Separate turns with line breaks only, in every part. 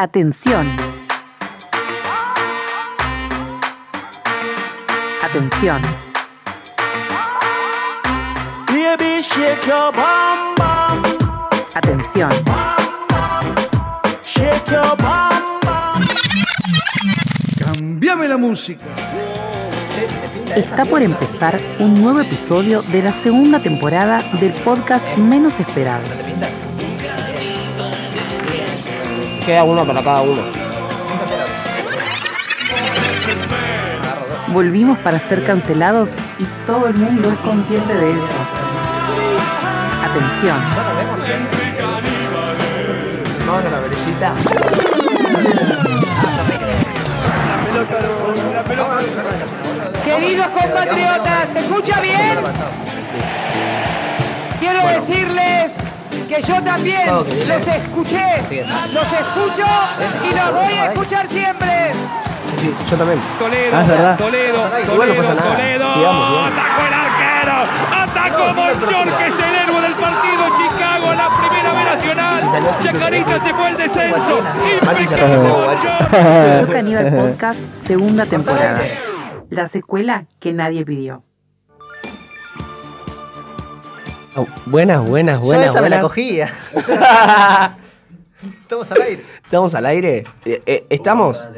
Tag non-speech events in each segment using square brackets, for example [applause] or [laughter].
Atención. Atención.
Baby, shake your bum bum,
Atención.
shake your bum bum.
Cambiame la música.
Está por empezar un nuevo episodio de la segunda temporada del podcast menos esperado.
Queda uno para cada uno.
Volvimos para ser cancelados y todo el mundo es consciente de eso. Atención.
Queridos compatriotas, ¿se escucha bien? Quiero decirles que yo también los escuché, los escucho y los voy a escuchar siempre.
Sí, yo también.
Toledo,
Ah, es verdad.
Toledo,
No pasa nada,
Toledo,
igual no pasa nada.
Toledo,
Sigamos, sigamos.
atacó el arquero, atacó
sí, no,
Monchor,
tranquilo.
que es el héroe del partido, Chicago, la primera B nacional,
Si salió así,
Chacarita
entonces,
se fue el descenso,
Mati se
impecable
arrancó,
Monchor.
Yo Caníbal Podcast, segunda temporada. La secuela que nadie pidió.
Oh, buenas, buenas,
Yo
buenas.
esa me
buenas. [laughs]
la cogía. Estamos al aire.
Estamos al aire. Eh, eh, estamos.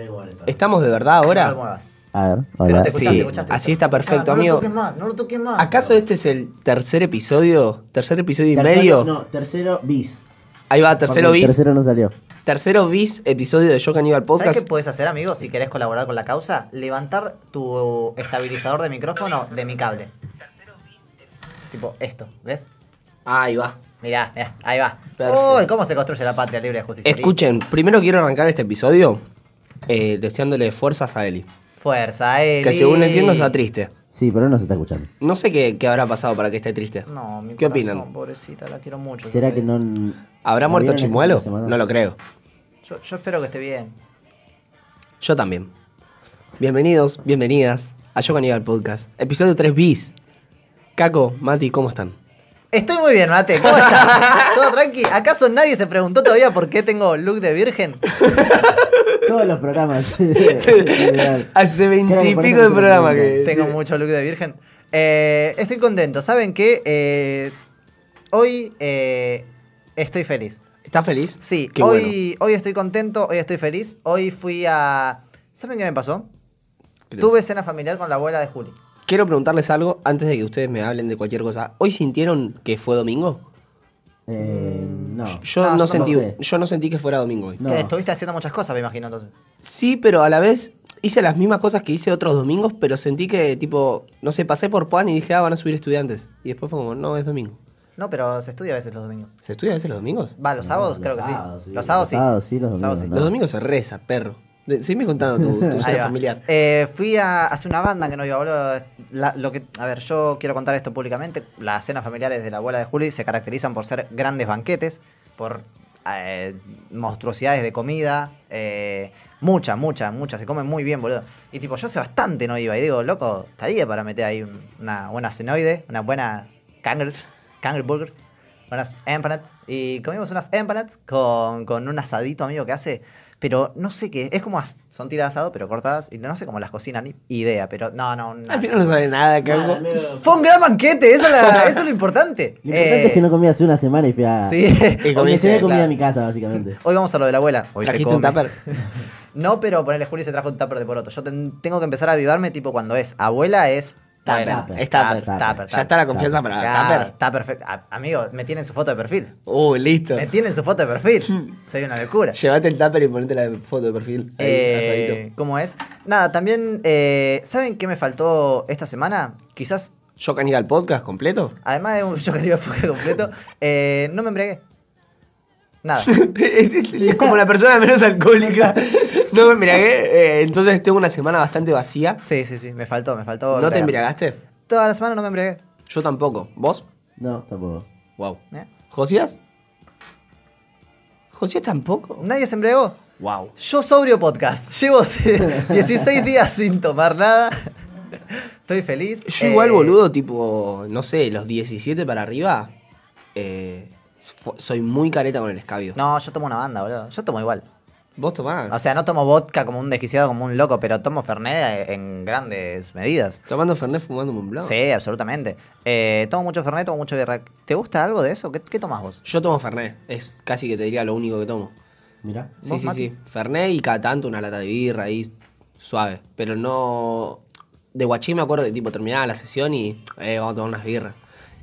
Estamos de verdad
No lo
ahora.
muevas.
A ver,
Pero
hola.
te escuchaste,
Sí,
escuchaste.
así está perfecto,
Ah,
amigo.
No lo toques más, no lo toques más.
¿Acaso este es el tercer episodio? ¿Tercer episodio y
Tercero-
medio?
No, tercero bis.
Ahí va, tercero
Porque el
bis. Tercero,
Tercero no salió.
bis episodio de Yo Caníbal
¿Sabes qué
Podcast.
puedes hacer, amigo, si querés colaborar con la causa? Levantar tu estabilizador de micrófono de mi cable. Tipo esto, ¿ves?
Ahí va.
Mirá, mirá, ahí va.
Perfecto.
Uy, ¿cómo se construye la patria libre de justicia?
Escuchen, primero quiero arrancar este episodio eh, deseándole fuerzas a Eli.
Fuerza, eh, Eli.
Que según entiendo está triste.
Sí, pero no se está escuchando.
No sé qué, qué habrá pasado para que esté triste.
No, mi
¿Qué
corazón,
opinan?
Pobrecita, la quiero mucho.
¿Será que no.
¿Habrá
¿La
muerto
vieron esta
Chimuelo?
semana?
No lo creo.
Yo, yo espero que esté bien.
Yo también. Bienvenidos, bienvenidas a Yo Caníbal Podcast. Episodio 3 bis. Caco, Mati, ¿cómo están?
Estoy muy bien, Mate.
[laughs]
¿Cómo estás? ¿Todo tranqui? ¿Acaso nadie se preguntó todavía por qué tengo look de virgen?
Todos los programas.
[laughs]
[laughs]
Hace
Tengo mucho look de virgen. Eh, estoy contento. ¿Saben qué? Eh, hoy eh, estoy feliz.
¿Estás feliz?
Sí,
Qué bueno.
hoy, hoy estoy contento, hoy estoy feliz. Hoy fui a... ¿Saben qué me pasó? Tuve cena familiar con la abuela de Juli.
Quiero preguntarles algo antes de que ustedes me hablen de cualquier cosa. ¿Hoy sintieron que fue domingo?
Eh, no.
Yo
No,
no,
yo
sentí,
tampoco.
yo no sentí que fuera domingo hoy.
No.
Que estuviste haciendo muchas cosas, me imagino, entonces.
Sí, pero a la vez hice las mismas cosas que hice otros domingos, pero sentí que, tipo, no sé, pasé por Puan y dije, ah, van a subir estudiantes. Y después fue como, no, es domingo.
No, pero se estudia a veces los domingos.
¿Se estudia a veces los domingos?
Va, los sábados
los
creo que
sábados,
sí.
sí.
Los sábados sí.
Los sábados sí, los domingos
sábados sí.
no.
Los domingos se reza, perro. De- Seguime contando tu, tu
[laughs] Ahí
cena
va.
familiar.
Eh, fui a hace una banda que no iba, boludo. La- lo que, a ver, yo quiero contar esto públicamente. Las cenas familiares de la abuela de Juli se caracterizan por ser grandes banquetes, por eh, monstruosidades de comida. eh, mucha, mucha, mucha. Se come muy bien, boludo. Y tipo, yo hace bastante no iba. Y digo, loco, estaría para meter ahí un- una buena cenoide, una buena kangre, kangre burgers. Unas empanadas. Y comimos unas empanadas con, con un asadito, amigo, que hace. Pero no sé qué. Es como as- son tiras de asado, pero cortadas. Y no sé cómo las cocinan, ni idea. Pero no, no. no.
Al final no sabe nada, cago.
Fue un gran banquete, eso,
[laughs]
es la- eso es lo importante.
Eh,
Lo importante es que no comí hace una semana y fui a.
Sí.
Y
Me
comiste,
llevé comida
claro.
a mi casa, básicamente.
Eh, Hoy vamos a lo de la abuela. Hoy se
Trajiste un
come.
tupper.
No, pero ponele Juli se trajo un tupper de poroto. Yo ten- tengo que empezar a avivarme, tipo, cuando es abuela es.
Tupper, es tupper.
tupper,
Ya está la confianza
Tupper.
para tupper.
Está perfecto. Amigo, me tienen su foto de perfil.
Uy, listo.
Me tienen su foto de
[laughs]
perfil. Soy una locura.
Llévate el tupper y ponete la foto de perfil. Ahí,
Eh,
asadito.
¿Cómo es? Nada, también, eh, ¿saben qué me faltó esta semana? Quizás,
Yo caníbal podcast completo.
además de un [laughs] yo que poco completo, eh, no me embriagué.
[laughs]
Nada.
[laughs] es como la persona menos alcohólica. No me embriagué. eh, entonces tengo una semana bastante vacía.
Sí, sí, sí, me faltó, me faltó.
¿No te
embriagarme.
embriagaste?
Toda la semana no me embriagué.
Yo tampoco. ¿Vos?
No, tampoco.
Wow.
¿eh?
¿Josías? ¿Josías tampoco?
Nadie se embriagó.
Wow.
Yo sobrio podcast. Llevo [laughs] 16 días sin tomar nada. Estoy feliz.
Yo
Eh,
igual, boludo, tipo, no sé, los 17 para arriba, eh, fu- soy muy careta con el escabio.
No, yo tomo una banda, boludo. Yo tomo igual.
Vos tomás.
O sea, no tomo vodka como un desquiciado, como un loco, pero tomo Fernet en grandes medidas.
Tomando Fernet, fumando un blanco.
Sí, absolutamente. Eh, tomo mucho Fernet, tomo mucho birra. ¿Te gusta algo de eso? ¿Qué, qué tomás vos?
Yo tomo Fernet. Es casi que te diría lo único que tomo.
Mirá.
Sí,
¿Vos,
sí,
Mati?
sí. Fernet y cada tanto una lata de birra ahí suave. Pero no. De guachín me acuerdo que tipo terminaba la sesión y eh, vamos a tomar unas birras.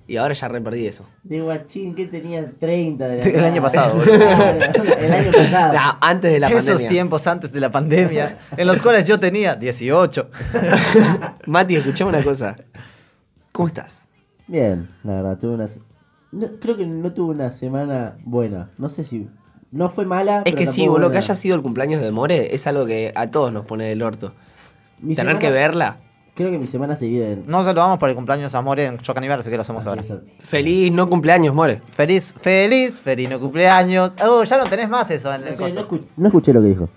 Y ahora ya re perdí eso.
De guachín, que tenía 30
Eh,
de la
El
[laughs]
[laughs]
año pasado, boludo.
El año pasado.
Nah, antes de [laughs] la
Esos
pandemia.
tiempos antes de la pandemia, en los cuales yo tenía 18.
[laughs] Mati, escuchame una cosa. ¿Cómo estás?
Bien, la verdad, tuve una. se- no- creo que no tuve una semana buena. No sé si. No fue mala.
Es
pero
que
tampoco
sí, boludo, que
buena.
haya sido el cumpleaños de More es algo que a todos nos pone del orto.
Mi
Tener
semana-
que verla.
Creo que mi semana seguida en.
No saludamos por el cumpleaños amor en Yo Caníbal, así que lo hacemos ahora.
Así es.
Feliz no cumpleaños, More.
Feliz, feliz, felino cumpleaños. Oh, ya no tenés más eso en
No
el
sé,
coso.
no, escu- no escuché lo que dijo.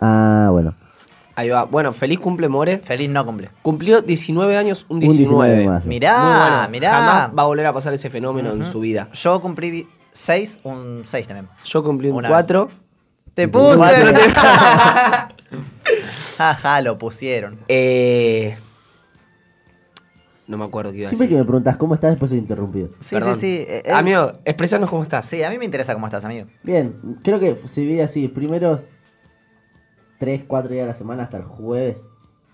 Ah, bueno.
Ahí va. Bueno, feliz cumple, More.
Feliz no cumple.
Cumplió 19 años, un 19.
19 de mayo.
Mirá,
Ah, Muy bueno.
mirá.
Jamás va a volver a pasar ese fenómeno en su vida.
Yo cumplí 6, un 6 también.
Yo cumplí un
Una
4.
¡Te
puse!
puse! [laughs] Ajá, lo pusieron.
Eh, no me acuerdo qué iba a
Siempre
decir.
que me preguntas cómo estás, después soy interrumpido.
Sí,
Perdón.
sí, sí. eh, eh,
Amigo, expresanos cómo estás.
Sí, a mí me interesa cómo estás, amigo.
Bien, creo que se vive así. Primeros 3, 4 días de la semana hasta el jueves.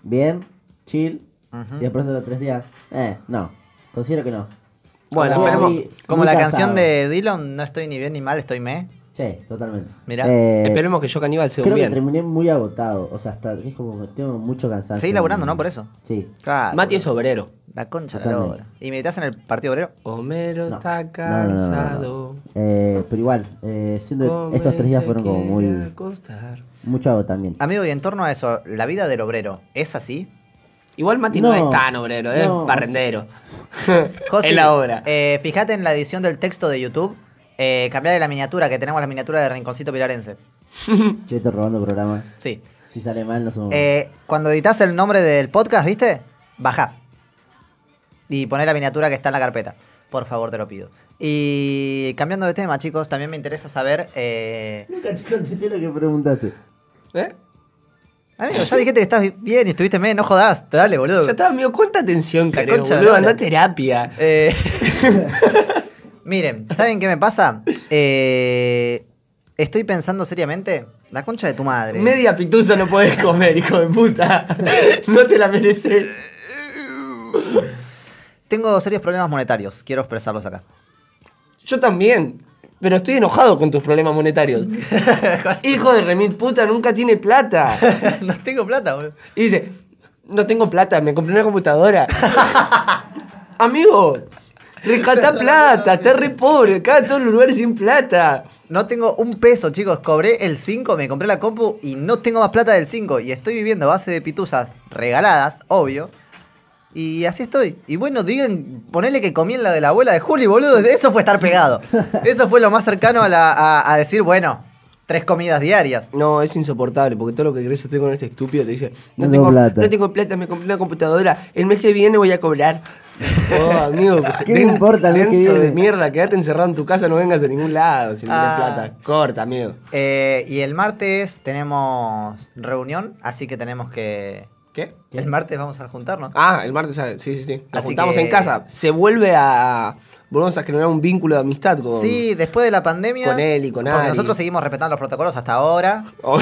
Bien, chill.
Ujú.
Y después de los 3 días. Eh, no. Considero que no.
Bueno,
Como eh,
esperemos-
muy-
Como
muy
la
cansado.
canción de Dylan, no estoy ni bien ni mal, estoy me.
Sí, totalmente.
Mirá,
Eh,
esperemos que yo caníbal sea un
Creo que
bien.
terminé muy agotado. O sea, hasta es como que tengo mucho cansancio.
Seguí laburando, ¿no? Por eso.
Sí.
Claro.
Mati es obrero.
La concha de la
Totalmente.
lora. ¿Y militás en el Partido Obrero?
Homero
No.
está
No, no, no, no, no.
cansado.
Eh, pero igual, eh, siendo
come,
estos tres días
se
fueron como
quiere
muy
acostar.
mucho agotamiento.
Amigo, y en torno a eso, ¿la vida del obrero es así?
Igual Mati no,
No,
es tan obrero, es
no,
barrendero. es la obra.
eh, fíjate en la edición del texto de YouTube. Eh, cambiarle la miniatura, que tenemos la miniatura de Rinconcito Pilarense.
Yo estoy robando programa.
Sí.
Si sale mal, no somos.
Eh, cuando editas el nombre del podcast, ¿viste? Baja. Y poné la miniatura que está en la carpeta. Por favor, te lo pido. Y cambiando de tema, chicos, también me interesa saber. eh,
Nunca te contesté lo que preguntaste. [laughs]
¿Eh?
Amigo, ya dijiste que estás bien y estuviste bien, no jodas. Dale, boludo.
Ya está, amigo, ¿cuánta atención
La
querés,
concha de
boludo?
la
Anda a
lora.
terapia.
Eh, [laughs] miren, ¿saben qué me pasa? Eh, estoy pensando seriamente. La concha de tu madre.
Media pituza no podés comer, hijo de
[laughs]
puta. No te la mereces.
Tengo serios problemas monetarios. Quiero expresarlos acá.
Yo también. Pero estoy enojado con tus problemas
[laughs]
monetarios. Hijo de remil puta, nunca tiene plata.
[laughs] no tengo plata, boludo.
Y dice, no tengo plata, me compré una
[laughs]
computadora. Amigo, rescatá plata, estás re pobre, acá en todos los lugares sin plata.
No tengo un peso, chicos. Cobré el 5, me compré la compu y no tengo más plata del 5. Y estoy viviendo a base de pituzas regaladas, obvio. Y así estoy. Y bueno, digan, ponele que comí en la de la abuela de Juli, boludo. Eso fue estar pegado.
[laughs]
Eso fue lo más cercano a, la- a- a decir, bueno, tres comidas diarias.
No, es insoportable, porque todo lo que querés hacer con este estúpido te dice, no,
No tengo
tengo,
plata.
no tengo plata, me compré una computadora, el mes que viene voy a
[laughs]
cobrar. Oh, amigo,
¿Qué me importa el mes que
denso de
viene?
mierda, quedate encerrado en tu casa, no vengas a ningún lado si no
Ah.
tienes plata. Corta, amigo.
Eh, y el martes tenemos reunión, así que tenemos que...
¿Qué?
El martes vamos a juntarnos.
Ah, el martes, ¿sabes? sí, sí, sí. Nos
Así
juntamos
que-
en casa. Se vuelve a. Volvemos a generar un vínculo de amistad con.
Sí, después de la pandemia...
con él y con
porque
Ari.
nosotros seguimos respetando los protocolos hasta ahora.
[laughs] Oh,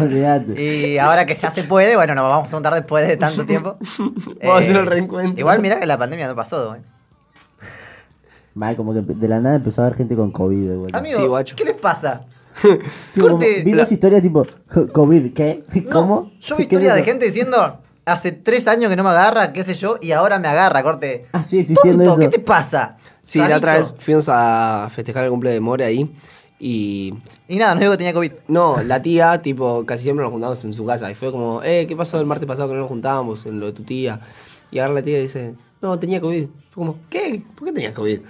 Olvídate.
Y ahora que ya se puede, bueno, nos vamos a juntar después de
[laughs]
tanto tiempo. Eh,
Vamos a hacer el reencuentro.
Igual mirá que la pandemia no pasó, eh.
Mal, como que de la nada empezó a haber gente con COVID. Güey.
Sí,
Amigo,
guacho.
¿qué les pasa?
Tipo, como-
corte
vi
la-
dos historias tipo, "Jo- COVID, ¿qué?
No,
[laughs] ¿Cómo?
Yo vi
¿Qué
historias de
eso?
gente diciendo, hace tres años que no me agarra, qué sé yo, y ahora me agarra, corte.
Ah, sigue existiendo
Tonto,
eso.
¿qué te pasa?
Sí, la otra vez
Rarito.
fuimos a festejar el cumple de More ahí. Y.
Y nada, no digo que tenía COVID.
No, la tía, tipo, casi siempre nos juntábamos en su casa. Y fue como, eh, ¿qué pasó el martes pasado que no nos juntábamos en lo de tu tía? Y ahora la tía dice, no, tenía COVID. Fue como, ¿qué? ¿Por qué tenías COVID?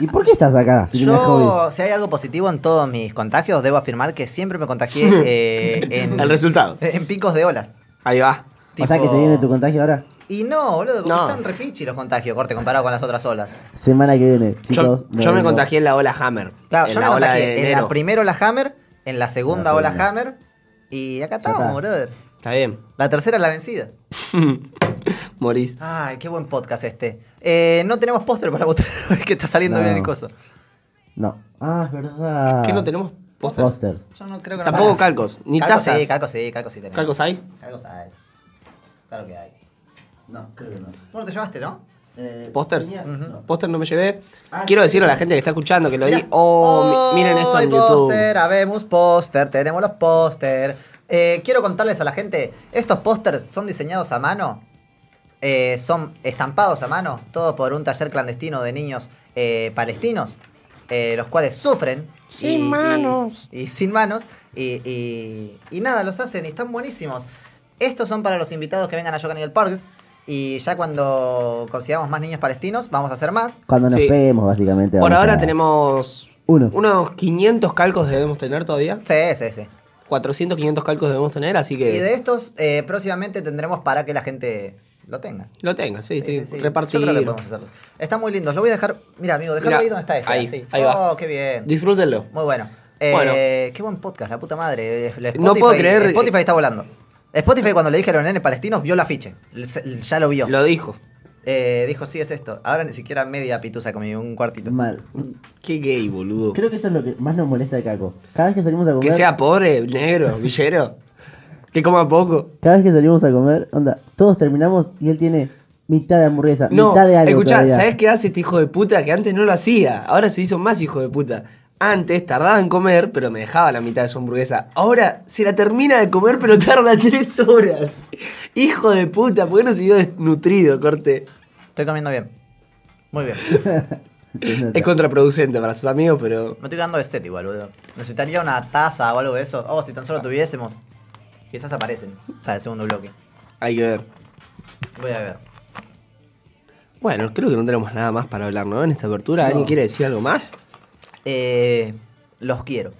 ¿Y por qué estás acá? Si tenés COVID.
Yo, si hay algo positivo en todos mis contagios, debo afirmar que siempre
[laughs]
me contagié eh, en,
El resultado.
en picos de olas.
Ahí va.
O sea que se
Tipo-
viene tu contagio ahora.
Y no, boludo, porque
No.
están repichi los contagios, corte, comparado con las otras olas.
Semana que viene,
Yo-
chicos.
yo, me
vengo.
contagié en la ola Hammer.
Claro,
en
yo me
la ola
contagié
de
en la
enero.
primera ola Hammer en la segunda,
En la
ola
segunda.
Hammer. Y acá
Ya
estamos,
está.
brother.
Está bien.
La tercera es la vencida.
Morís.
Ay, qué buen podcast este. Eh, no tenemos póster para [laughs] votar. es que está saliendo
No.
bien el coso.
No. Ah, es verdad.
¿Qué no tenemos? Póster.
Posters.
Yo no creo que no
Tampoco
para.
calcos, ni
Calco
tazas.
Sí, calco sí, calco sí tenemos.
¿Calcos hay?
Calcos hay. Claro que hay. No, creo que no. Eh, Vos no te llevaste, ¿no?
¿Pósters?
no.
Póster no me llevé.
Ah,
Quiero
sí.
decirle a la gente que está escuchando que lo vi.
Mirá.
Oh, mi- miren esto
Hoy
en YouTube.
póster, habemos póster, tenemos los póster. Eh, quiero contarles a la gente, estos pósters son diseñados a mano, eh, son estampados a mano, todo por un taller clandestino de niños eh, palestinos, eh, los cuales sufren. Sin manos. Y, sin manos. Y, y- y nada, los hacen y están buenísimos. Estos son para los invitados que vengan a Jocan y el Parks. Y ya cuando consigamos más niños palestinos, vamos a hacer más.
Cuando nos
Sí.
peguemos, básicamente.
Por
vamos
ahora
a-
tenemos
Uno.
unos 500 calcos debemos tener todavía.
Sí, sí, sí.
400, 500 calcos debemos tener, así que
Y de estos, eh, próximamente tendremos para que la gente lo tenga.
lo tengan. Sí, sí,
Yo
repartir.
creo que podemos hacerlo. Están muy lindos. Los voy a dejar. Mira, amigo, dejarlo
Mirá,
ahí donde está este.
ahí,
así.
ahí
oh,
va.
qué bien.
Disfrútenlo.
Muy bueno. Eh,
Bueno.
Qué buen podcast, la puta madre. Eh, Spotify-
No puedo creer-
Spotify está volando. Spotify, cuando le dije a los nenes palestinos, vio el afiche. Se- Ya lo vio.
Lo dijo.
Eh, dijo, sí, es esto. Ahora ni siquiera media pitusa comí, un cuartito.
Mal.
Qué gay, boludo.
Creo que eso es lo que más nos molesta de Caco. Cada vez que salimos a comer.
Que sea pobre, negro,
[laughs]
villero. Que coma poco.
Cada vez que salimos a comer, onda, todos terminamos y él tiene mitad de hamburguesa,
No,
mitad de algo.
escuchá,
todavía.
¿sabés qué hace este hijo de puta? Que antes no lo hacía, ahora se hizo más hijo de puta. Antes tardaba en comer, pero me dejaba la mitad de su hamburguesa. Ahora se la termina de comer, pero tarda [laughs] tres horas. Hijo de puta, ¿por qué no siguió desnutrido, corte?
Estoy comiendo bien. Muy bien.
Sí, no,
Es contraproducente para sus amigos, pero
Me estoy quedando de set igual, boludo. Necesitaría una taza o algo de eso. Oh, si tan
Ah.
solo tuviésemos. Quizás aparecen para el segundo bloque.
hay que ver.
Voy a ver.
Bueno, creo que no tenemos nada más para hablar, ¿no? En esta apertura, ¿alguien
No.
quiere decir algo más?
Eh, los quiero.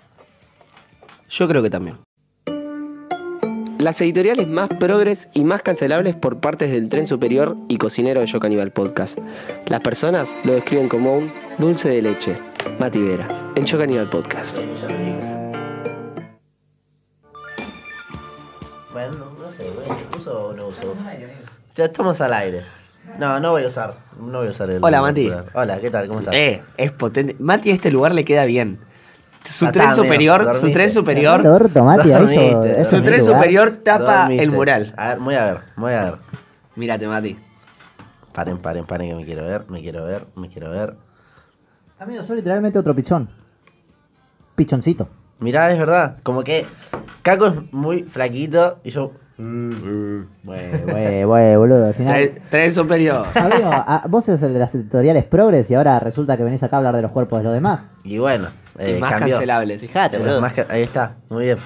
Yo creo que también.
Las editoriales más progres y más cancelables por partes del tren superior y cocinero de Yo Caníbal Podcast. Las personas lo describen como un dulce de leche. Mati Vera, en Yo Caníbal Podcast.
Bueno, no sé, voy a decir, ¿uso o no uso? Ya estamos al aire. No, no voy a usar. No voy a usar el.
Hola, Mati.
auricular. Hola, ¿qué tal? ¿Cómo estás?
Eh, es potente. Mati a este lugar le queda bien. Su
Ah,
tren
está, amigo,
superior, su
dormiste.
tren superior.
Cerrando orto,
[laughs]
Mati, a eso-
Dormiste,
eso
Su
es
dormiste.
mi
tren
lugar.
superior tapa
Dormiste.
el mural.
A ver, voy a ver, voy a ver.
Mírate, Mati.
Paren, paren, paren, que me quiero ver, me quiero ver, me quiero ver.
Amigo, soy literalmente otro pichón.
[laughs]
Pichoncito.
Mirá, es verdad. Como que Caco es muy flaquito y yo. mm, mm, bueno, bueno.
Güey, güey, Eh, boludo, al
Tren, tren superior.
Amigo, ah, vos sos el de las editoriales progres y ahora resulta que venís acá a hablar de los cuerpos de los demás.
Y bueno, eh,
Y más
cambió.
cancelables.
Fíjate, boludo. Más ca- ahí está, muy bien.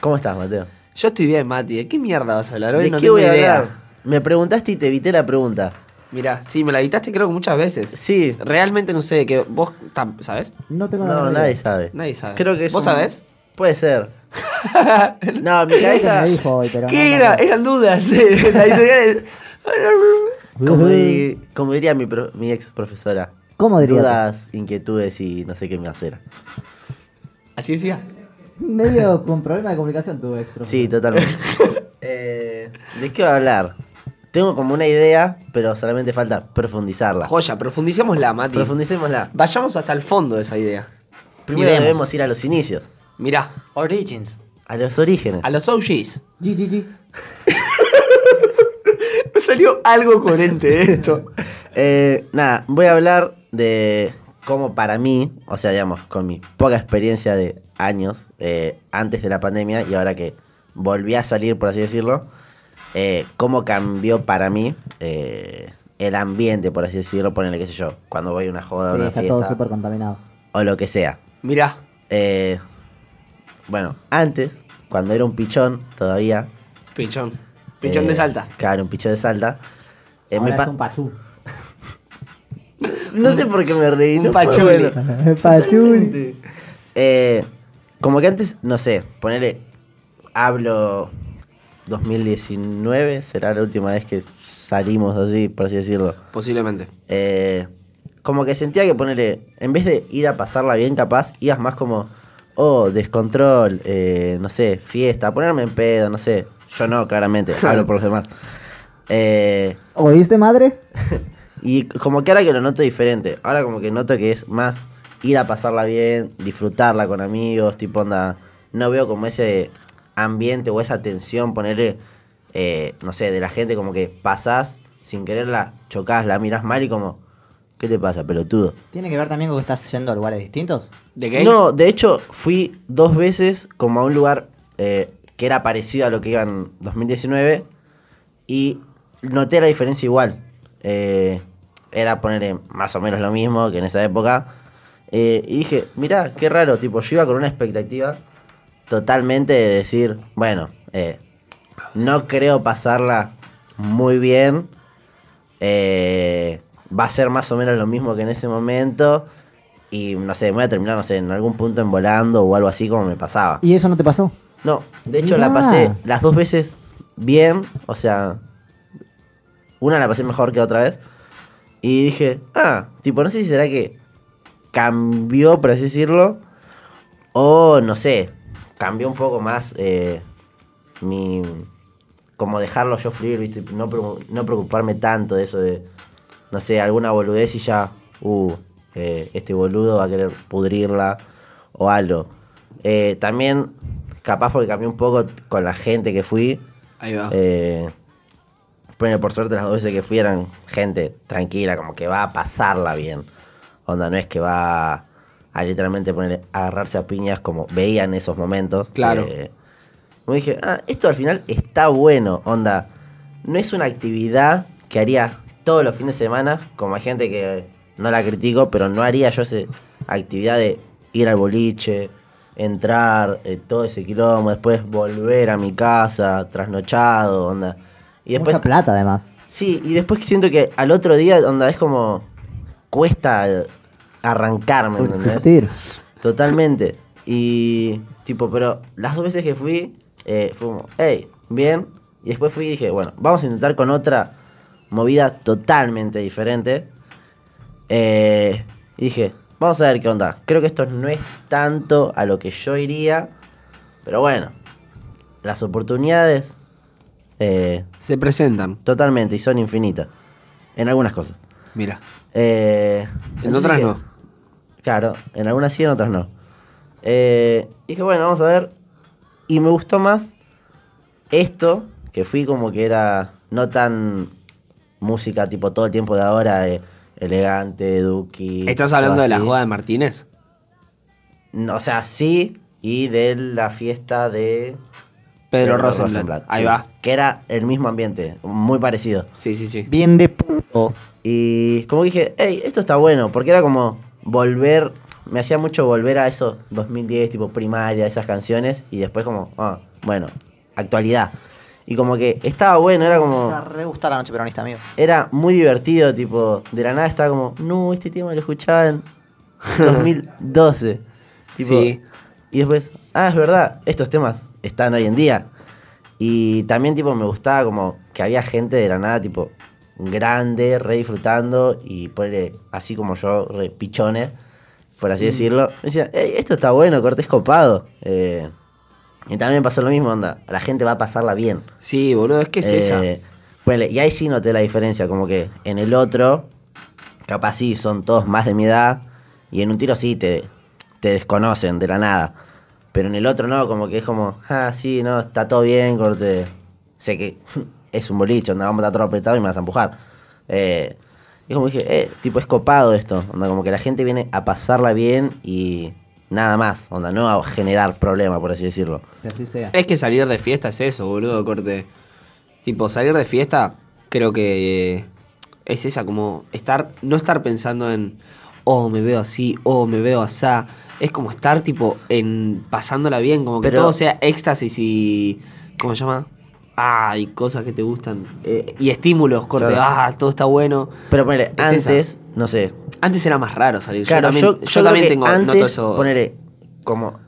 ¿Cómo estás, Mateo?
Yo estoy bien, Mati. ¿De qué mierda vas a hablar hoy?
¿De
no
qué
tengo
voy a
idea.
hablar? Me preguntaste y te evité la pregunta.
Mirá, sí, me la evitaste creo que muchas veces.
Sí.
Realmente no sé de qué. ¿Vos tam-
[laughs]
sabés?
No tengo nada
No, nadie sabe.
Nadie sabe.
Creo que es
¿Vos
un-
sabés?
Puede ser.
[laughs]
no, mi cabeza.
¿Qué era? Eran dudas. [laughs] eh, la editorial es-
Como, di- como diría mi, pro- mi ex profesora.
¿Cómo diría?
Dudas, inquietudes y no sé qué me hacer.
[laughs] Así decía.
Medio con problema de comunicación tu ex
Sí, totalmente. Eh, ¿De qué voy a hablar? Tengo como una idea, pero solamente falta profundizarla.
Joya, profundicémosla, Mati.
Profundicémosla.
Vayamos hasta el fondo de esa idea.
Primero
Y vemos.
debemos ir a los inicios,
Mirá,
Origins.
a los orígenes.
a los OGs.
GGG.
[laughs] Me salió algo coherente de esto.
Eh, nada, voy a hablar de cómo para mí, o sea, digamos, con mi poca experiencia de años eh, antes de la pandemia y ahora que volví a salir, por así decirlo, eh, cómo cambió para mí eh, el ambiente, por así decirlo, ponerle, qué sé yo, cuando voy a una joda, a
Sí,
una
está todo
fiesta
súper contaminado.
o lo que sea.
Mirá,
Eh, bueno, antes, cuando era un pichón todavía...
pichón. Pichón de
eh,
salta.
Claro, un pichón de salta. eh, me
Ahora
pa-
es un pachú.
[laughs] No sé por qué me reí.
Un
no fue
pachuli.
bueno.
pachul.
Eh, como que antes, no sé, ponele, hablo 2019, será la última vez que salimos así, por así decirlo.
Posiblemente.
Eh, como que sentía que ponele, en vez de ir a pasarla bien capaz, ibas más como, oh, descontrol, eh, no sé, fiesta, ponerme en pedo, no sé. Yo no, claramente, hablo por
[laughs]
los demás. Eh,
¿Oíste, madre?
y como que ahora que lo noto diferente, ahora como que noto que es más ir a pasarla bien, disfrutarla con amigos, tipo onda, no veo como ese ambiente o esa tensión, ponerle, eh, no sé, de la gente como que pasás sin quererla, chocás, la mirás mal y como, ¿qué te pasa, pelotudo?
¿Tiene que ver también con que estás yendo a lugares distintos?
¿De gays?
No, de hecho fui dos veces como a un lugar eh, que era parecido a lo que iba en 2019 y noté la diferencia igual. Eh, era poner más o menos lo mismo que en esa época. Eh, y dije, mirá, qué raro, tipo, yo iba con una expectativa totalmente de decir, bueno, eh, no creo pasarla muy bien. eh, va a ser más o menos lo mismo que en ese momento. Y no sé, me voy a terminar, no sé, en algún punto envolando o algo así como me pasaba.
¿Y eso no te pasó?
No, de hecho
Mirá.
la pasé las dos veces bien, o sea, una la pasé mejor que otra vez. Y dije, ah, tipo, no sé si será que cambió, por así decirlo, o no sé, cambió un poco más eh, mi... como dejarlo yo fluir, ¿viste? No, preo- no preocuparme tanto de eso de, no sé, alguna boludez y ya, uh, eh, este boludo va a querer pudrirla o algo. Eh, también, capaz porque cambié un poco con la gente que fui.
Ahí va.
Eh, bueno, por suerte las dos veces que fui eran gente tranquila, como que va a pasarla bien. Onda, no es que va a literalmente poner, a agarrarse a piñas como veía en esos momentos.
Claro.
Eh, como dije, ah, esto al final está bueno, onda. No es una actividad que haría todos los fines de semana, como hay gente que no la critico, pero no haría yo esa actividad de ir al boliche, entrar, eh, todo ese quilombo, después volver a mi casa, trasnochado, onda. Y después
Mucha plata, además.
Sí, y después que siento que al otro día, onda, es como. cuesta eh, arrancarme, ¿entendés?
Existir.
Totalmente. Y. tipo, pero las dos veces que fui, eh, fue como, hey, bien. Y después fui y dije, bueno, vamos a intentar con otra movida totalmente diferente. Eh, y dije, vamos a ver qué onda. Creo que esto no es tanto a lo que yo iría, pero bueno, las oportunidades. eh,
Se presentan.
Totalmente, y son infinitas. En algunas cosas.
Mira.
Eh,
En
entonces
otras
dije-
no.
Claro, en algunas sí, en otras no. Eh, dije, bueno, vamos a ver. Y me gustó más esto, que fui como que era no tan música tipo todo el tiempo de ahora, de elegante, duki.
¿Estás hablando
todo
de la
así.
jugada de Martínez?
No, O sea, sí, y de la fiesta de
Pedro Rosenblatt. Ahí
sí,
va.
Que era el mismo ambiente, muy parecido.
Sí, sí, sí.
Bien de puto.
Y como dije, hey, esto está bueno, porque era como volver, me hacía mucho volver a esos 2010, tipo primaria, esas canciones, y después como, ah, bueno, actualidad. Y como que estaba bueno, era como,
Me re gusta la noche peronista, amigo.
era muy divertido, tipo, de la nada estaba como, no, este tema lo escuchaba en 2012. tipo,
Sí.
Y después, ah, es verdad, estos temas están hoy en día. Y también, tipo, me gustaba como que había gente de la nada, tipo, grande, re disfrutando y ponele, así como yo, re pichones, por así decirlo. Me decía, "Ey, esto está bueno, cortés copado. Eh, y también pasó lo mismo, onda, la gente va a pasarla bien.
Sí, boludo, es que es esa.
Eh, ponele, y ahí sí noté la diferencia, como que en el otro, capaz sí, son todos más de mi edad, y en un tiro sí te, te desconocen de la nada. Pero en el otro no, como que es como, ah, sí, no, está todo bien, corte. Sé que [laughs] es un boliche, onda, vamos a estar todo apretado y me vas a empujar. Eh, y como dije, eh, tipo, es copado esto. Onda, como que la gente viene a pasarla bien y nada más. Onda, no a generar problema, por así decirlo.
Que así sea.
Es que salir de fiesta es eso, boludo, corte. Tipo, salir de fiesta, creo que eh, es esa, como estar, no estar pensando en, oh, me veo así, oh, me veo asá. Es como estar, tipo, en pasándola bien, como que
Pero-
todo sea éxtasis y. ¿Cómo se llama? Ah, y cosas que te gustan. eh, y estímulos, corte,
Claro.
ah, todo está bueno.
Pero ponele,
Es esa.
antes, no sé,
Antes era más raro salir. yo
Claro,
también, yo,
creo
también
que
tengo
antes,
noto eso.
ponele, como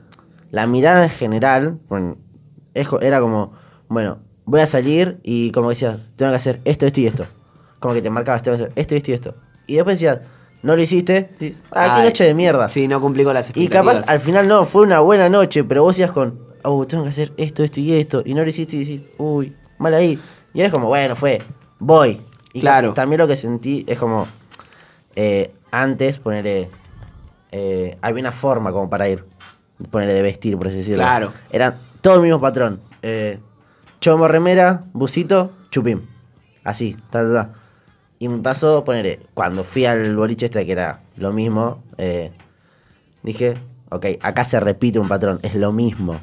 la mirada en general bueno, es co- era como, bueno, voy a salir y como decía, tengo que hacer esto, esto y esto. Como que te marcabas, tengo que hacer esto, esto y esto. Y después decías, No lo hiciste. decís, Ah, qué
Ay.
noche de mierda.
Sí, no cumplí con las
Y
expectativas.
capaz al final no, fue una buena noche, pero vos ibas con, oh, tengo que hacer esto, esto y esto, y no lo hiciste y decís, uy, mal ahí. Y es como, bueno, fue, voy. Y claro. También lo que sentí es como, eh, antes, ponerle, eh, había una forma como para ir, ponerle de vestir, por así decirlo.
Claro.
Eran todo el mismo patrón. eh, chomo, remera, busito, chupín. Así, ta, ta, ta. Y me pasó, ponerle, cuando fui al boliche este, que era lo mismo, eh, Dije, ok, acá se repite un patrón, es lo mismo.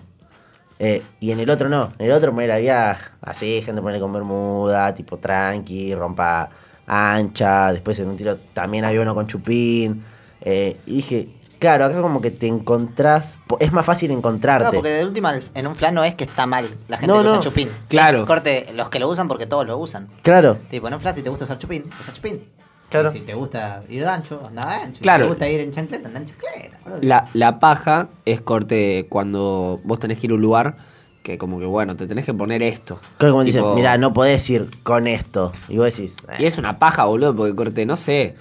Eh, y en el otro no, en el otro ponele, había así, gente poner con bermuda, tipo tranqui, rompa ancha, después en un tiro también había uno con chupín. Eh, y dije, claro, acá como que te encontrás, po- es más fácil encontrarte.
No, porque de última, en un flan no es que está mal la gente
este. No,
que usa
no.
chupín.
Claro.
Es corte, los que lo usan porque todos lo usan.
Claro,
Tipo, en un flan si te gusta usar chupín, usa chupín.
Claro.
Y si te gusta ir de ancho, anda de ancho.
Claro.
Si te gusta ir en chancleta, anda en chancleta. boludo.
La, la paja es corte cuando vos tenés que ir a un lugar que como que, bueno, te tenés que poner esto.
Creo que
Tipo-
como dicen, mirá, no podés ir con esto. Y vos decís, "Eh".
Y es una paja, boludo, porque corte, no sé.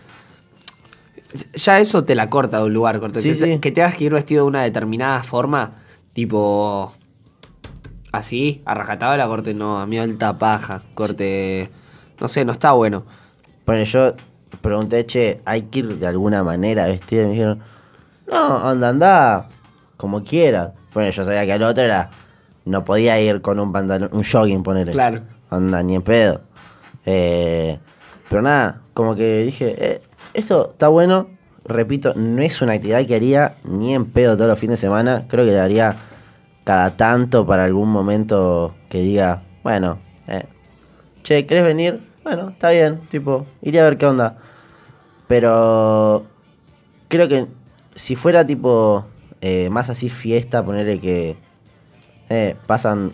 Ya eso te la corta de un lugar, corte.
Sí,
que, te-
sí.
que tengas que ir vestido de una determinada forma, tipo. Así, a rajatabla, corte, no, a mí alta paja, corte. No sé, no está bueno.
Bueno, yo pregunté, che, ¿hay que ir de alguna manera vestido? Y me dijeron, no, anda, anda, como quiera. Bueno, yo sabía que al otro era, no podía ir con un pantalón, un jogging, ponerle.
Claro.
Anda, ni en pedo. Eh, pero nada, como que dije, eh, esto está bueno. Repito, no es una actividad que haría ni en pedo todos los fines de semana. Creo que la haría cada tanto para algún momento que diga, bueno, eh, che, ¿querés venir? Bueno, está bien, tipo, iré a ver qué onda. Pero creo que si fuera tipo eh, más así fiesta, ponerle que eh, pasan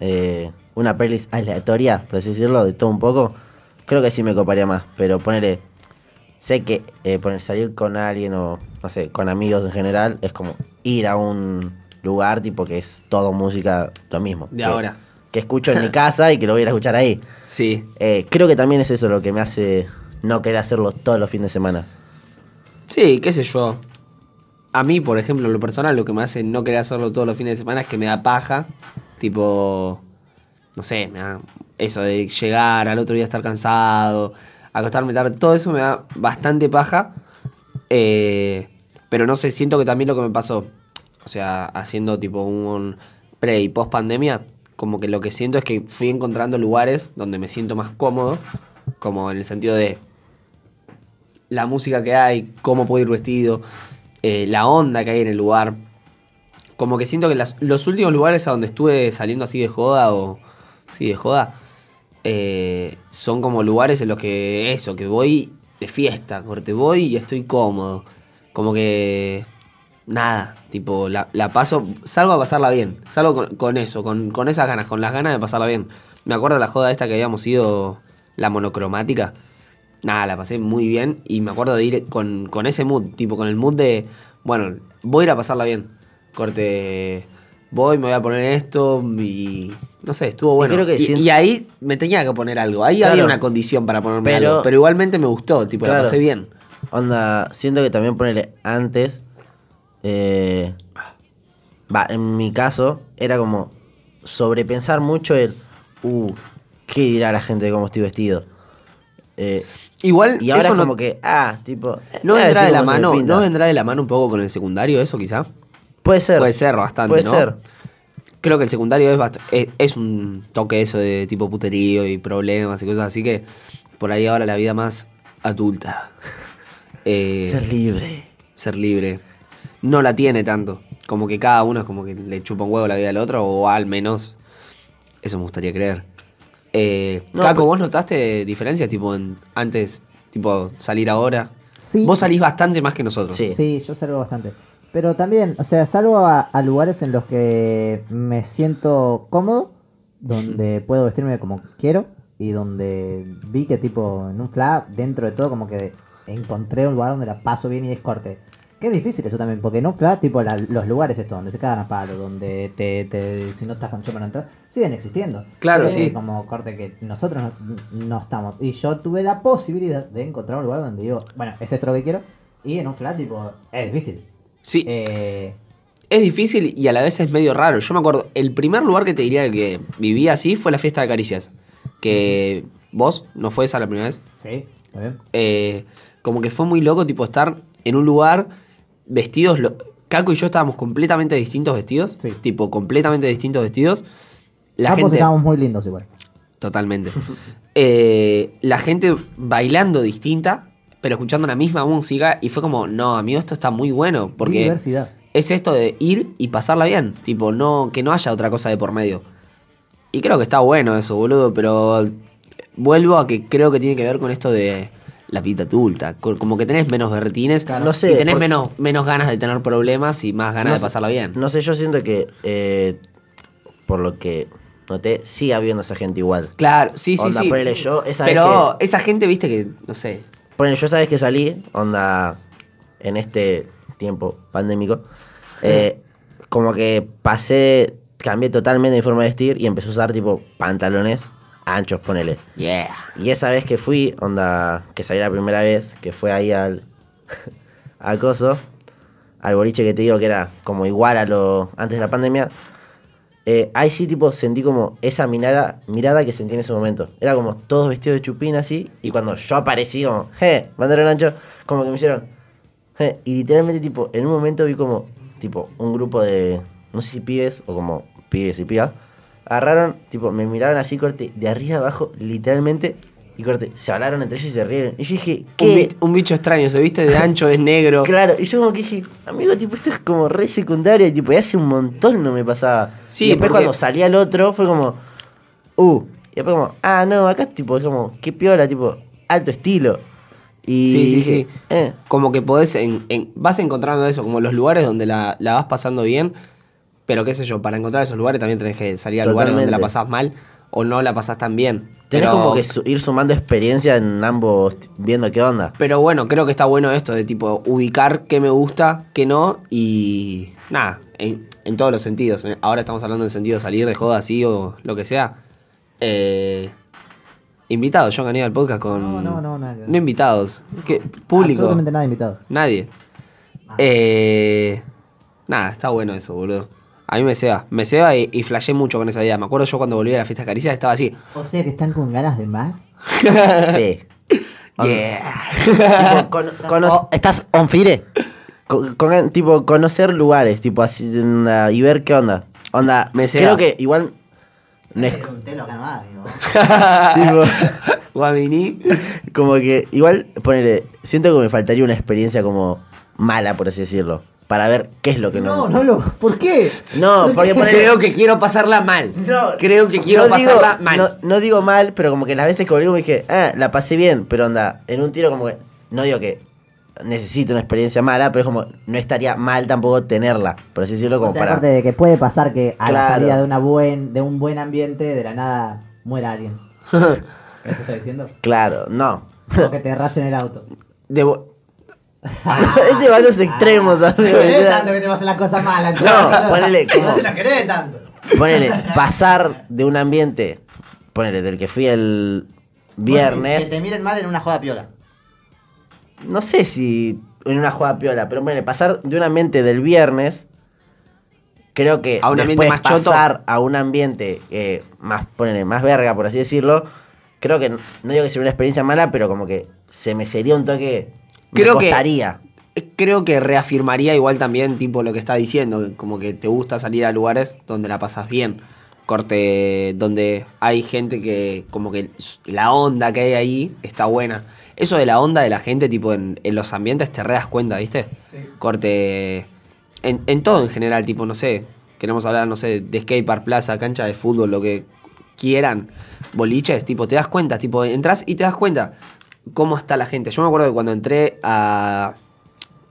eh, una playlist aleatoria, por así decirlo, de todo un poco, creo que sí me coparía más. Pero ponerle, sé que eh, poner, salir con alguien o, no sé, con amigos en general, es como ir a un lugar tipo que es todo música lo mismo.
De
que-
ahora.
Que
[laughs]
escucho en mi casa y que lo voy a ir a escuchar ahí.
Sí.
Eh, creo que también es eso lo que me hace no querer hacerlo todos los fines de semana.
Sí, qué sé yo. A mí, por ejemplo, en lo personal, lo que me hace no querer hacerlo todos los fines de semana es que me da paja. Tipo, no sé, me da eso de llegar al otro día estar cansado, acostarme tarde, todo eso me da bastante paja. Eh, pero no sé, siento que también lo que me pasó, o sea, haciendo tipo un pre y post pandemia, como que lo que siento es que fui encontrando lugares donde me siento más cómodo, como en el sentido de la música que hay, cómo puedo ir vestido, eh, la onda que hay en el lugar. Como que siento que las- los últimos lugares a donde estuve saliendo así de joda o sí de joda eh, son como lugares en los que eso, que voy de fiesta, corte, voy y estoy cómodo. Como que nada, tipo, la, la paso, salgo a pasarla bien, salgo con, con eso, con, con esas ganas, con las ganas de pasarla bien. Me acuerdo de la joda esta que habíamos ido, la monocromática. Nada, la pasé muy bien y me acuerdo de ir con, con ese mood, tipo con el mood de, bueno, voy a ir a pasarla bien. Corte, voy, me voy a poner esto y no sé, estuvo bueno.
creo que
Y-
siento-
y ahí me tenía que poner algo, ahí
Claro.
había una condición para ponerme
Pero-
algo, pero igualmente me gustó, tipo, la
Claro.
pasé bien.
Onda, siento que también ponerle antes. eh, Va, en mi caso, era como sobrepensar mucho el. Uh, ¿qué dirá la gente de cómo estoy vestido? Eh,
Igual,
y ahora
eso
es
no-
como que, ah, tipo.
¿No
eh,
vendrá, de
tipo,
la
cómo se me
mano,
pinta.
¿No vendrá de la mano un poco con el secundario eso quizá?
Puede ser.
Puede ser bastante,
Puede
¿no?
ser.
Creo que el secundario es, bast- es, es un toque eso de tipo puterío y problemas y cosas así que por ahí ahora la vida más adulta. [laughs] Eh,
Ser libre.
ser libre. No la tiene tanto. Como que cada uno es como que le chupa un huevo la vida del otro, o al menos eso me gustaría creer. Eh,
No,
Caco,
pero-
¿vos notaste diferencias tipo en, antes, tipo salir ahora?
Sí.
Vos salís bastante más que nosotros.
Sí.
Sí, yo salgo bastante. Pero también, o sea, salgo a, a lugares en los que me siento cómodo, donde puedo vestirme como quiero y donde vi que tipo en un fla, dentro de todo, como que encontré un lugar donde la paso bien y es corte. Qué difícil eso también, porque no flash, tipo la- los lugares estos donde se cagan a palo, donde te, te- si no estás con chopper no entras, siguen existiendo.
Claro,
Pero
sí.
es Como corte que nosotros no, no estamos. Y yo tuve la posibilidad de encontrar un lugar donde digo, bueno, es esto lo que quiero. Y en un flat, tipo, es difícil.
Sí.
Eh,
Es difícil y a la vez es medio raro. Yo me acuerdo, el primer lugar que te diría que viví así fue la fiesta de caricias. Que vos, ¿no fue esa la primera vez?
sí, está bien.
Eh, como que fue muy loco, tipo, estar en un lugar vestidos. lo- Caco y yo estábamos completamente distintos vestidos. Tipo, completamente distintos vestidos. La
Ambos
gente.
estábamos muy lindos igual.
Totalmente. [laughs] Eh, la gente bailando distinta, pero escuchando la misma música. Y fue como, no, amigo, esto está muy bueno. Porque
Diversidad.
es esto de ir y pasarla bien. Tipo, no, que no haya otra cosa de por medio. Y creo que está bueno eso, boludo, pero vuelvo a que creo que tiene que ver con esto de la pita adulta. Co- Como que tenés menos berretines
No sé,
y tenés
por-
menos, menos ganas de tener problemas y más ganas
No
de
sé-
pasarla bien.
No sé, yo siento que, eh, por lo que noté, sigue habiendo esa gente igual.
Claro, sí, sí,
Onda,
sí.
ponele, yo esa vez
pero esa gente, viste que, no sé.
Ponen, yo sabes que salí, onda, en este tiempo pandémico, eh, como que pasé, cambié totalmente mi forma de vestir y empecé a usar tipo pantalones anchos, ponele.
Yeah.
Y esa vez que fui, onda, que salí la primera vez, que fue ahí al, al coso, al boliche que te digo que era como igual a lo antes de la pandemia, eh, ahí sí tipo sentí como esa mirada, mirada que sentí en ese momento. Era como todos vestidos de chupín así, y cuando yo aparecí como, ¡eh! Mandaron ancho, como que me hicieron, "Eh", Y literalmente tipo, en un momento vi como, tipo, un grupo de, no sé si pibes o como pibes y pibas, agarraron, tipo, me miraron así, corte, de arriba abajo, literalmente, y corte, se hablaron entre ellos y se rieron. Y yo dije, ¿qué?
Un, bi- un bicho extraño, se viste de ancho, es
[laughs]
negro.
Claro, y yo como que dije, amigo, tipo, esto es como re secundaria, y tipo, y hace un montón no me pasaba.
Sí,
y después
porque-
cuando salí al otro fue como, uh, y después como, ah, no, acá tipo, es como, qué piola, tipo, alto estilo. Y
sí, sí,
dije,
sí.
eh.
Como que podés, en- en- vas encontrando eso, como los lugares donde la, la vas pasando bien, pero qué sé yo, para encontrar esos lugares también tenés que salir a lugares donde la
Totalmente.
pasás mal o no la pasás tan bien.
Tenés
Pero-
como que su- ir sumando experiencia en ambos, t- viendo qué
[laughs]
onda.
Pero bueno, creo que está bueno esto de tipo ubicar qué me gusta, qué no y nada, en, en todos los sentidos. Eh, Ahora estamos hablando en sentido de salir de joda así o lo que sea. Eh, invitado, yo gané al podcast con...
No, no, no, nada que ver.
No invitados, que, público.
Absolutamente nada Ah. invitado.
Nadie. Eh, nada, está bueno eso, boludo. A mí me ceba. Me ceba y, y flasheé mucho con esa idea. Me acuerdo yo cuando volví a la fiesta caricia estaba
[laughs]
así.
O sea que están con ganas de más.
sí.
Yeah.
[laughs]
Tipo, con- cono-
¿Estás on fire?
con- con- tipo, conocer lugares, tipo, así, de onda, y ver qué onda. Onda,
Me ceba.
creo que igual... No es,
Te lo ganaba, amigo.
tipo,
Guaminí.
Como que igual, ponele, siento que me faltaría una experiencia como mala, por así decirlo, para ver qué es lo que no.
No, no lo. ¿Por qué?
No, porque ponele-
Creo que quiero pasarla mal.
No,
Creo que quiero
no digo-
pasarla mal.
No, no digo mal, pero como que las veces que volví me dije, ah, la pasé bien, pero onda, en un tiro como que, no digo que necesito una experiencia mala, pero es como, no estaría mal tampoco tenerla, por así decirlo, como
O sea,
para...
aparte de que puede pasar que a la
Claro.
salida de una buen, de un buen ambiente, de la nada muera alguien. ¿Eso está diciendo?
Claro, no.
O que te rayen el auto.
Debo-
[laughs] este va a los extremos,
No
amigo,
querés
ya.
tanto que te pasen las cosas malas. entonces.
No, ponele como-
No se lo querés tanto.
Ponele, pasar de un ambiente, ponele, del que fui el viernes...
Que te miren mal en una joda piola.
no sé si en una jugada piola, pero bueno, pasar de un ambiente del viernes, creo que
A un ambiente
después
más choto.
pasar a un ambiente eh, más, ponele, más verga, por así decirlo, creo que, no no digo que sea una experiencia mala, pero como que se me sería un toque, me
Creo que-
costaría.
eh, Creo que reafirmaría igual también, tipo, lo que está diciendo. Como que te gusta salir a lugares donde la pasas bien. Corte, donde hay gente que, como que la onda que hay ahí está buena. Eso de la onda de la gente, tipo, en, en los ambientes te re das cuenta, ¿viste? Corte. En, en todo en general, tipo, no sé. Queremos hablar, no sé, de skatepark, plaza, cancha de fútbol, lo que quieran. Boliches, tipo, te das cuenta, tipo, entras y te das cuenta cómo está la gente. Yo me acuerdo que cuando entré a.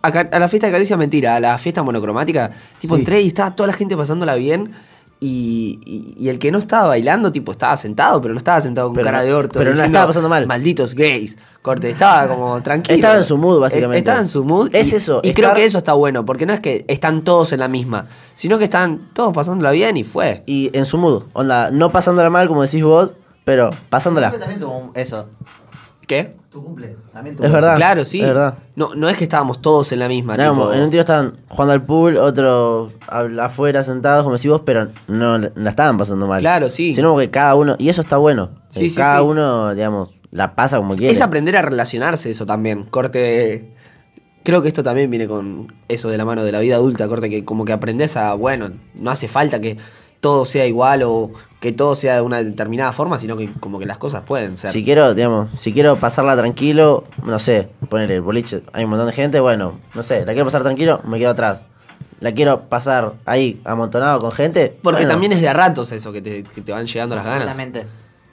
A, Ca- a la fiesta de Caricia, mentira, a la fiesta monocromática, tipo
Sí.
entré y estaba toda la gente pasándola bien Y, y- y el que no estaba bailando, tipo, estaba sentado, pero no estaba sentado con
Pero
cara
no-
de orto.
pero no la
diciendo,
estaba pasando mal.
Malditos gays. Corte, estaba
[laughs]
como tranquilo.
Estaba en su mood,
Eh,
básicamente.
Estaba en su mood.
Es
y-
eso,
Y creo
estar-
que eso está bueno, porque no es que están todos en la misma, sino que están todos pasándola bien y fue.
Y en su mood, onda, no pasándola mal como decís vos, pero pasándola.
También tuvo eso.
¿Qué?
Tu cumple. También tuvo
Es
eso.
verdad.
Claro, sí.
Es verdad.
No, no es que estábamos todos en la misma.
No,
tipo-
como en un tiro estaban jugando al pool, otro habla- afuera sentados, como decís vos, pero no la la estaban pasando mal.
Claro, sí.
Sino que cada uno, y eso está bueno.
Sí,
Eh,
sí,
cada
sí.
uno, digamos, la pasa como quiere.
Es aprender a relacionarse eso también. Corte. Creo que esto también viene con eso de la mano de la vida adulta, corte, que como que aprendes a, bueno, no hace falta que todo sea igual o que todo sea de una determinada forma, sino que como que las cosas pueden ser.
Si quiero, digamos, si quiero pasarla tranquilo, no sé, ponerle el boliche, hay un montón de gente, bueno, no sé, la quiero pasar tranquilo, me quedo atrás. La quiero pasar ahí amontonado con gente.
Porque
bueno,
también es de a ratos eso, que te, que te van llegando las ganas.
Totalmente.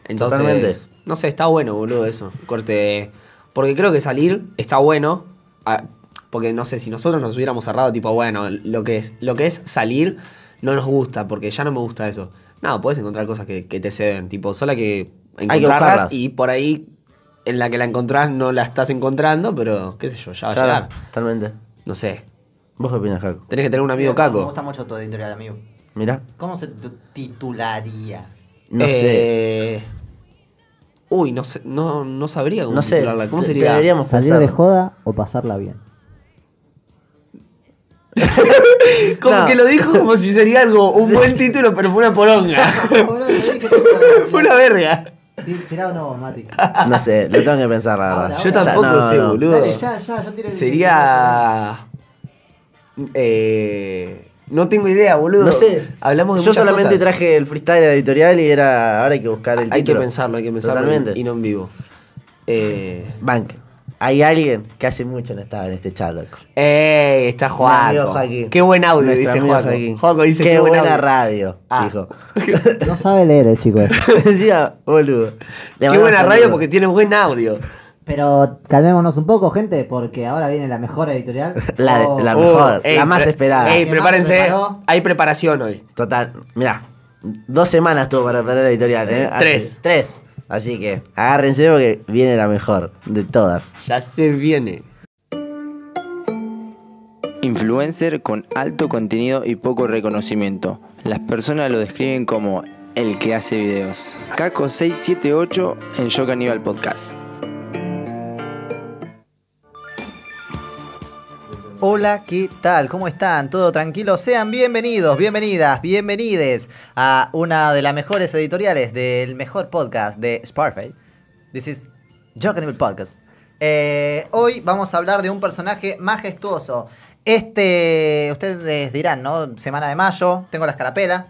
Entonces,
Totalmente.
no sé, está bueno, boludo, eso. Corte. Porque creo que salir está bueno. a- porque no sé, si nosotros nos hubiéramos cerrado, tipo, bueno, lo que es, lo que es salir no nos gusta, porque ya no me gusta eso. No, puedes encontrar cosas que, que te ceden, tipo, sola que
que
encontrarlas
buscarlas.
y por ahí en la que la encontrás no la estás encontrando, pero qué sé yo, ya va a
Claro,
llegar.
totalmente.
No sé.
¿Vos qué opinas, Jaco?
Tenés que tener un amigo
Me
caco.
gusta mucho tu editorial, amigo.
Mirá,
¿Cómo se tu-
[laughs]
titularía?
no sé.
Eh, Uy, no sé, no, no sabría cómo
No sé.
titularla. ¿Cómo
te-
sería?
Deberíamos
¿Salir
pensar.
de joda o pasarla bien?
Como
No.
que lo dijo como si sería algo, un buen título, pero fue una poronga.
[laughs]
Ah,
fue una verga.
Tirado no, Mati.
No sé, lo tengo que pensar, la verdad.
Ah, Yo
Ya,
tampoco
no,
sé,
no.
boludo.
ya, ya tiré
Sería. Eh, no tengo idea, boludo.
No sé.
Hablamos de
Yo
muchas
solamente
cosas.
traje el freestyle de la editorial y era. Ahora hay que buscar el
Hay que
título.
pensarlo, hay que pensarlo.
Totalmente.
Y, y no en vivo. Eh,
Bank. Hay alguien que hace mucho no estaba en este chat, loco.
ey, está
amigo
Juaco.
Joaquín.
Qué buen audio,
Nuestro
dice
amigo
Juaco.
Joaquín.
Juaco dice
Qué,
qué buen
buena
audio.
radio,
Ah.
dijo. [laughs]
No sabe leer el chico este.
Decía, boludo. Le
Qué
mandamos
buena
saludos.
radio porque tiene buen audio.
Pero calmémonos un poco, gente, porque ahora viene la mejor editorial.
[laughs] La, de-
Oh,
la
Oh,
mejor,
ey,
la más
pre-
esperada.
¿Qué
Ey,
más se
prepárense.
preparó?
Hay preparación hoy.
Total, mirá. Dos semanas tuvo para perder la editorial, ¿eh? Así-
Tres.
tres. Así que agárrense porque viene la mejor de todas.
Ya se viene.
Influencer con alto contenido y poco reconocimiento. Las personas lo describen como el que hace videos. Caco 678 en Yo Caníbal Podcast.
Hola, ¿qué tal? ¿Cómo están? ¿Todo tranquilo? Sean bienvenidos, bienvenidas, bienvenides a una de las mejores editoriales del mejor podcast de Spotify. This is Joker Evil Podcast. Eh, hoy vamos a hablar de un personaje majestuoso. Este, ustedes dirán, ¿no? Semana de mayo, tengo la escarapela.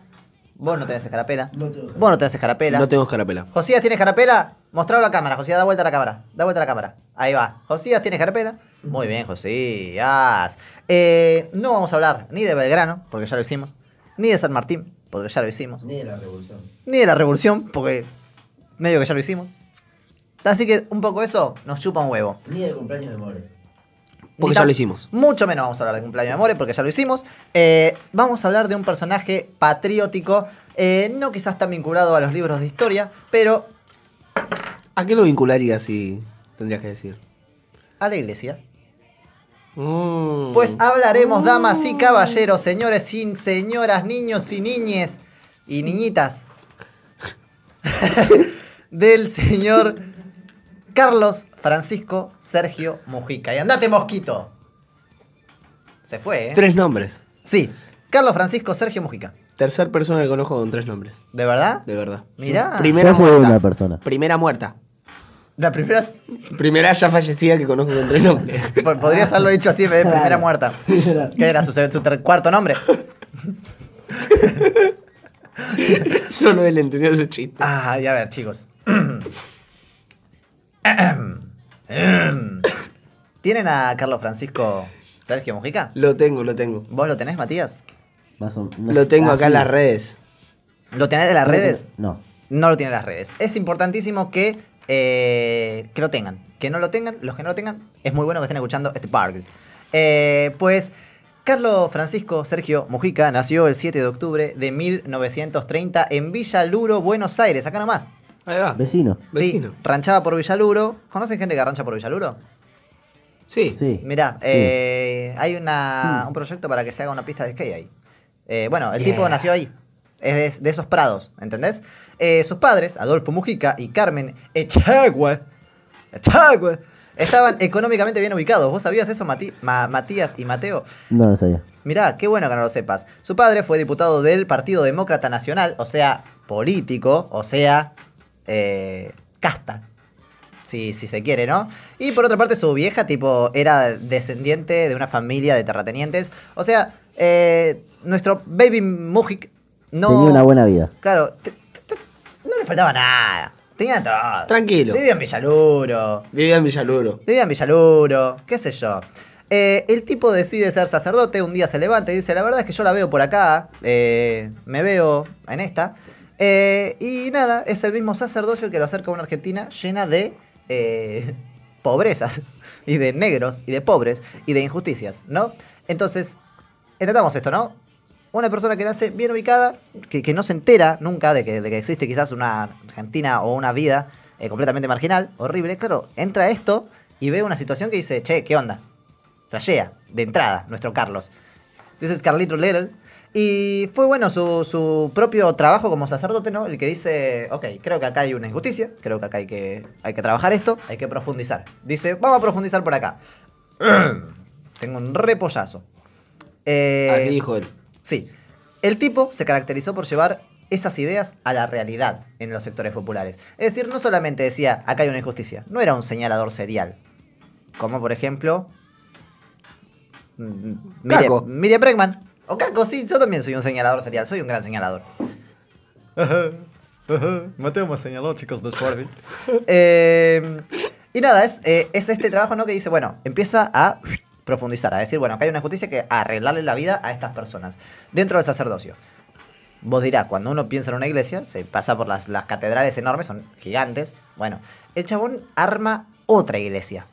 Vos no tenés escarapela. Vos no tenés escarapela.
No tengo carapela.
Josías tiene carapela. Mostralo a la cámara, Josías, da vuelta a la cámara. Da vuelta a la cámara. Ahí va. Josías tiene carapela. Muy bien, Josías. Eh, no vamos a hablar ni de Belgrano, porque ya lo hicimos. Ni de San Martín, porque ya lo hicimos. Ni de la revolución. Ni de la revolución, porque medio que ya lo hicimos. Así que un poco eso nos chupa un huevo.
Ni el cumpleaños de More.
Porque
Ni
ya
tam-
lo hicimos.
Mucho menos vamos a hablar de cumpleaños de More, porque ya lo hicimos. Eh, vamos a hablar de un personaje patriótico, eh, no quizás tan vinculado a los libros de historia, pero
¿A qué lo vincularías si tendrías que decir?
a la iglesia.
Mm.
Pues hablaremos, damas y caballeros, señores y señoras, niños y niñes y niñitas, [laughs] del señor Carlos Francisco Sergio Mujica. Y andate, mosquito. Se fue, ¿eh?
Tres nombres.
Sí, Carlos Francisco Sergio Mujica.
Tercer persona que conozco con tres nombres.
¿De verdad?
De verdad.
Mirá.
Primera
Yo soy
muerta.
una persona.
Primera muerta.
La primera.
Primera ya fallecida que conozco con tres nombres. [laughs]
po- Podrías haberlo dicho así en vez de primera
Claro.
muerta. Que era su, su ter- cuarto nombre.
Solo él entendió ese chiste.
Ah, y a ver, chicos. ¿Tienen a Carlos Francisco Sergio Mujica?
Lo tengo, lo tengo.
¿Vos lo tenés, Matías?
Más o menos
Lo tengo acá
así.
en las redes.
¿Lo tenés de las redes?
No.
No lo tienen las redes. Es importantísimo que, eh, que lo tengan. Que no lo tengan, los que no lo tengan, es muy bueno que estén escuchando este podcast. Eh, pues Carlos Francisco Sergio Mujica nació el 7 de octubre de 1930 en Villaluro, Buenos Aires, acá nomás.
Ahí va.
Vecino.
Sí,
Vecino.
ranchaba por Villaluro. ¿Conocen gente que rancha por Villaluro?
Sí.
Sí. Mm.
Mirá, eh, hay una- un proyecto para que se haga una pista de skate ahí. Eh, bueno, el tipo
Yeah.
nació ahí. Es de, de esos prados, ¿entendés? Eh, sus padres, Adolfo Mujica y Carmen Echagüe, Echagüe, estaban económicamente bien ubicados. ¿Vos sabías eso, Mati- Ma- Matías y Mateo?
No lo sabía.
Mirá, qué bueno que no lo sepas. Su padre fue diputado del Partido Demócrata Nacional, o sea, político, o sea, eh, casta. Si, si se quiere, ¿no? Y por otra parte, su vieja, tipo, era descendiente de una familia de terratenientes. O sea, eh, nuestro baby Mujic no.
Tenía una buena vida.
Claro, te- te- te- no le faltaba nada. Tenía todo.
Tranquilo.
Vivía en Villaluro.
Vivía en Villaluro.
Vivía en Villaluro, qué sé yo. Eh, el tipo decide ser sacerdote, un día se levanta y dice, la verdad es que yo la veo por acá, eh, me veo en esta. Eh, y nada, es el mismo sacerdocio que lo acerca a una Argentina llena de eh, [laughs] pobrezas, y de negros, y de pobres, y de injusticias, ¿no? Entonces, tratamos esto, ¿no? Una persona que nace bien ubicada, que, que no se entera nunca de que, de que existe quizás una Argentina o una vida eh, completamente marginal, horrible, claro, entra a esto y ve una situación que dice, che, ¿qué onda? Flashea, de entrada, nuestro Carlos. This is Carlito Little. Y fue bueno su, su propio trabajo como sacerdote, ¿no? El que dice, ok, creo que acá hay una injusticia, creo que acá hay que, hay que trabajar esto, hay que profundizar. Dice, vamos a profundizar por acá. [clears throat] Tengo un repollazo. Eh,
Así dijo él.
Sí. El tipo se caracterizó por llevar esas ideas a la realidad en los sectores populares. Es decir, no solamente decía, acá hay una injusticia, no era un señalador serial. Como por ejemplo... mm, Mire-
Caco.
Mire Bregman. O Caco, sí, yo también soy un señalador serial, soy un gran señalador.
Mateo me señaló, chicos, de Sporting.
Eh, y nada, es, eh, es este trabajo ¿no? que dice, bueno, empieza a profundizar, a decir, bueno, acá hay una justicia que arreglarle la vida a estas personas dentro del sacerdocio. Vos dirás, cuando uno piensa en una iglesia, se pasa por las, las catedrales enormes, son gigantes. Bueno, el chabón arma otra iglesia.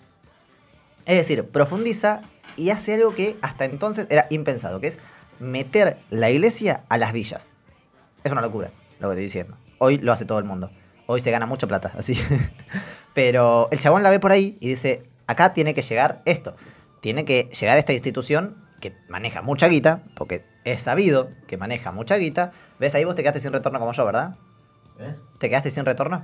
Es decir, profundiza y hace algo que hasta entonces era impensado, que es meter la iglesia a las villas. Es una locura lo que estoy diciendo. Hoy lo hace todo el mundo. Hoy se gana mucha plata, así. [laughs] Pero el chabón la ve por ahí y dice, acá tiene que llegar esto. Tiene que llegar esta institución que maneja mucha guita, porque es sabido que maneja mucha guita. ¿Ves ahí vos te quedaste sin retorno como yo, verdad?
¿Ves?
¿Te quedaste sin retorno?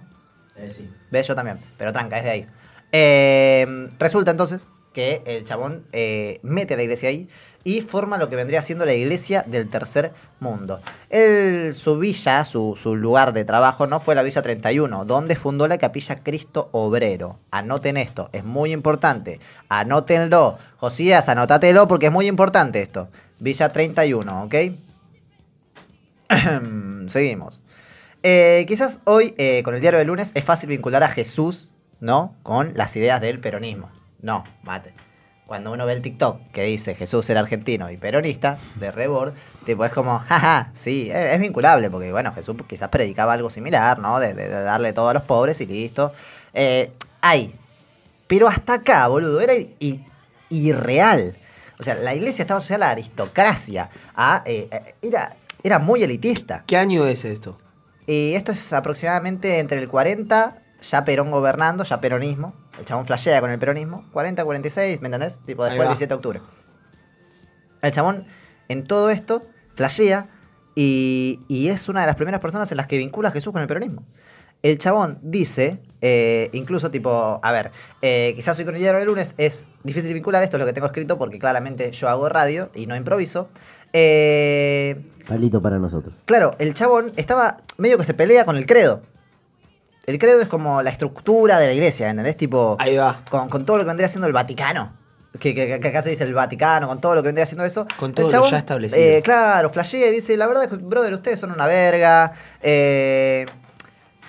Eh, sí.
¿Ves? Yo también. Pero tranca, es de ahí. Eh, resulta entonces que el chabón eh, mete a la iglesia ahí y forma lo que vendría siendo la iglesia del tercer mundo. Él, su villa, su, su lugar de trabajo, no fue la Villa 31, donde fundó la capilla Cristo Obrero. Anoten esto, es muy importante. Anótenlo. Josías, anótatelo porque es muy importante esto. Villa 31, ¿ok? [clears throat] Seguimos. Eh, quizás hoy, eh, con el diario del lunes, es fácil vincular a Jesús, ¿no? Con las ideas del peronismo. No, mate. Cuando uno ve el TikTok que dice Jesús era argentino y peronista, de rebord, tipo es como, [laughs] jaja, sí, es, es vinculable, porque bueno, Jesús quizás predicaba algo similar, ¿no? De, de- de darle todo a los pobres y listo. Eh, hay. Pero hasta acá, boludo, era i- i- irreal. O sea, la iglesia estaba asociada a la aristocracia. A, eh, eh, era, era muy elitista.
¿Qué año es esto?
Y Eh, esto es aproximadamente entre el 40, ya Perón gobernando, ya peronismo. El chabón flashea con el peronismo. 40, 46, ¿me entendés? Tipo,
Ahí
después del
va.
17 de octubre. El chabón, en todo esto, flashea y, y es una de las primeras personas en las que vincula a Jesús con el peronismo. El chabón dice, eh, incluso tipo, a ver, eh, quizás soy cronillero el lunes, es difícil vincular, esto es lo que tengo escrito porque claramente yo hago radio y no improviso. Eh,
Palito para nosotros.
Claro, el chabón estaba medio que se pelea con el credo. El credo es como la estructura de la iglesia, ¿entendés? Tipo,
Ahí va. [laughs]
con, con todo lo que vendría siendo el Vaticano. Que, que- que acá se dice el Vaticano, con todo lo que vendría siendo eso.
Con
El
todo lo
chabón,
ya establecido.
eh, claro, flashea y dice, la verdad es que, brother, ustedes son una verga. eh,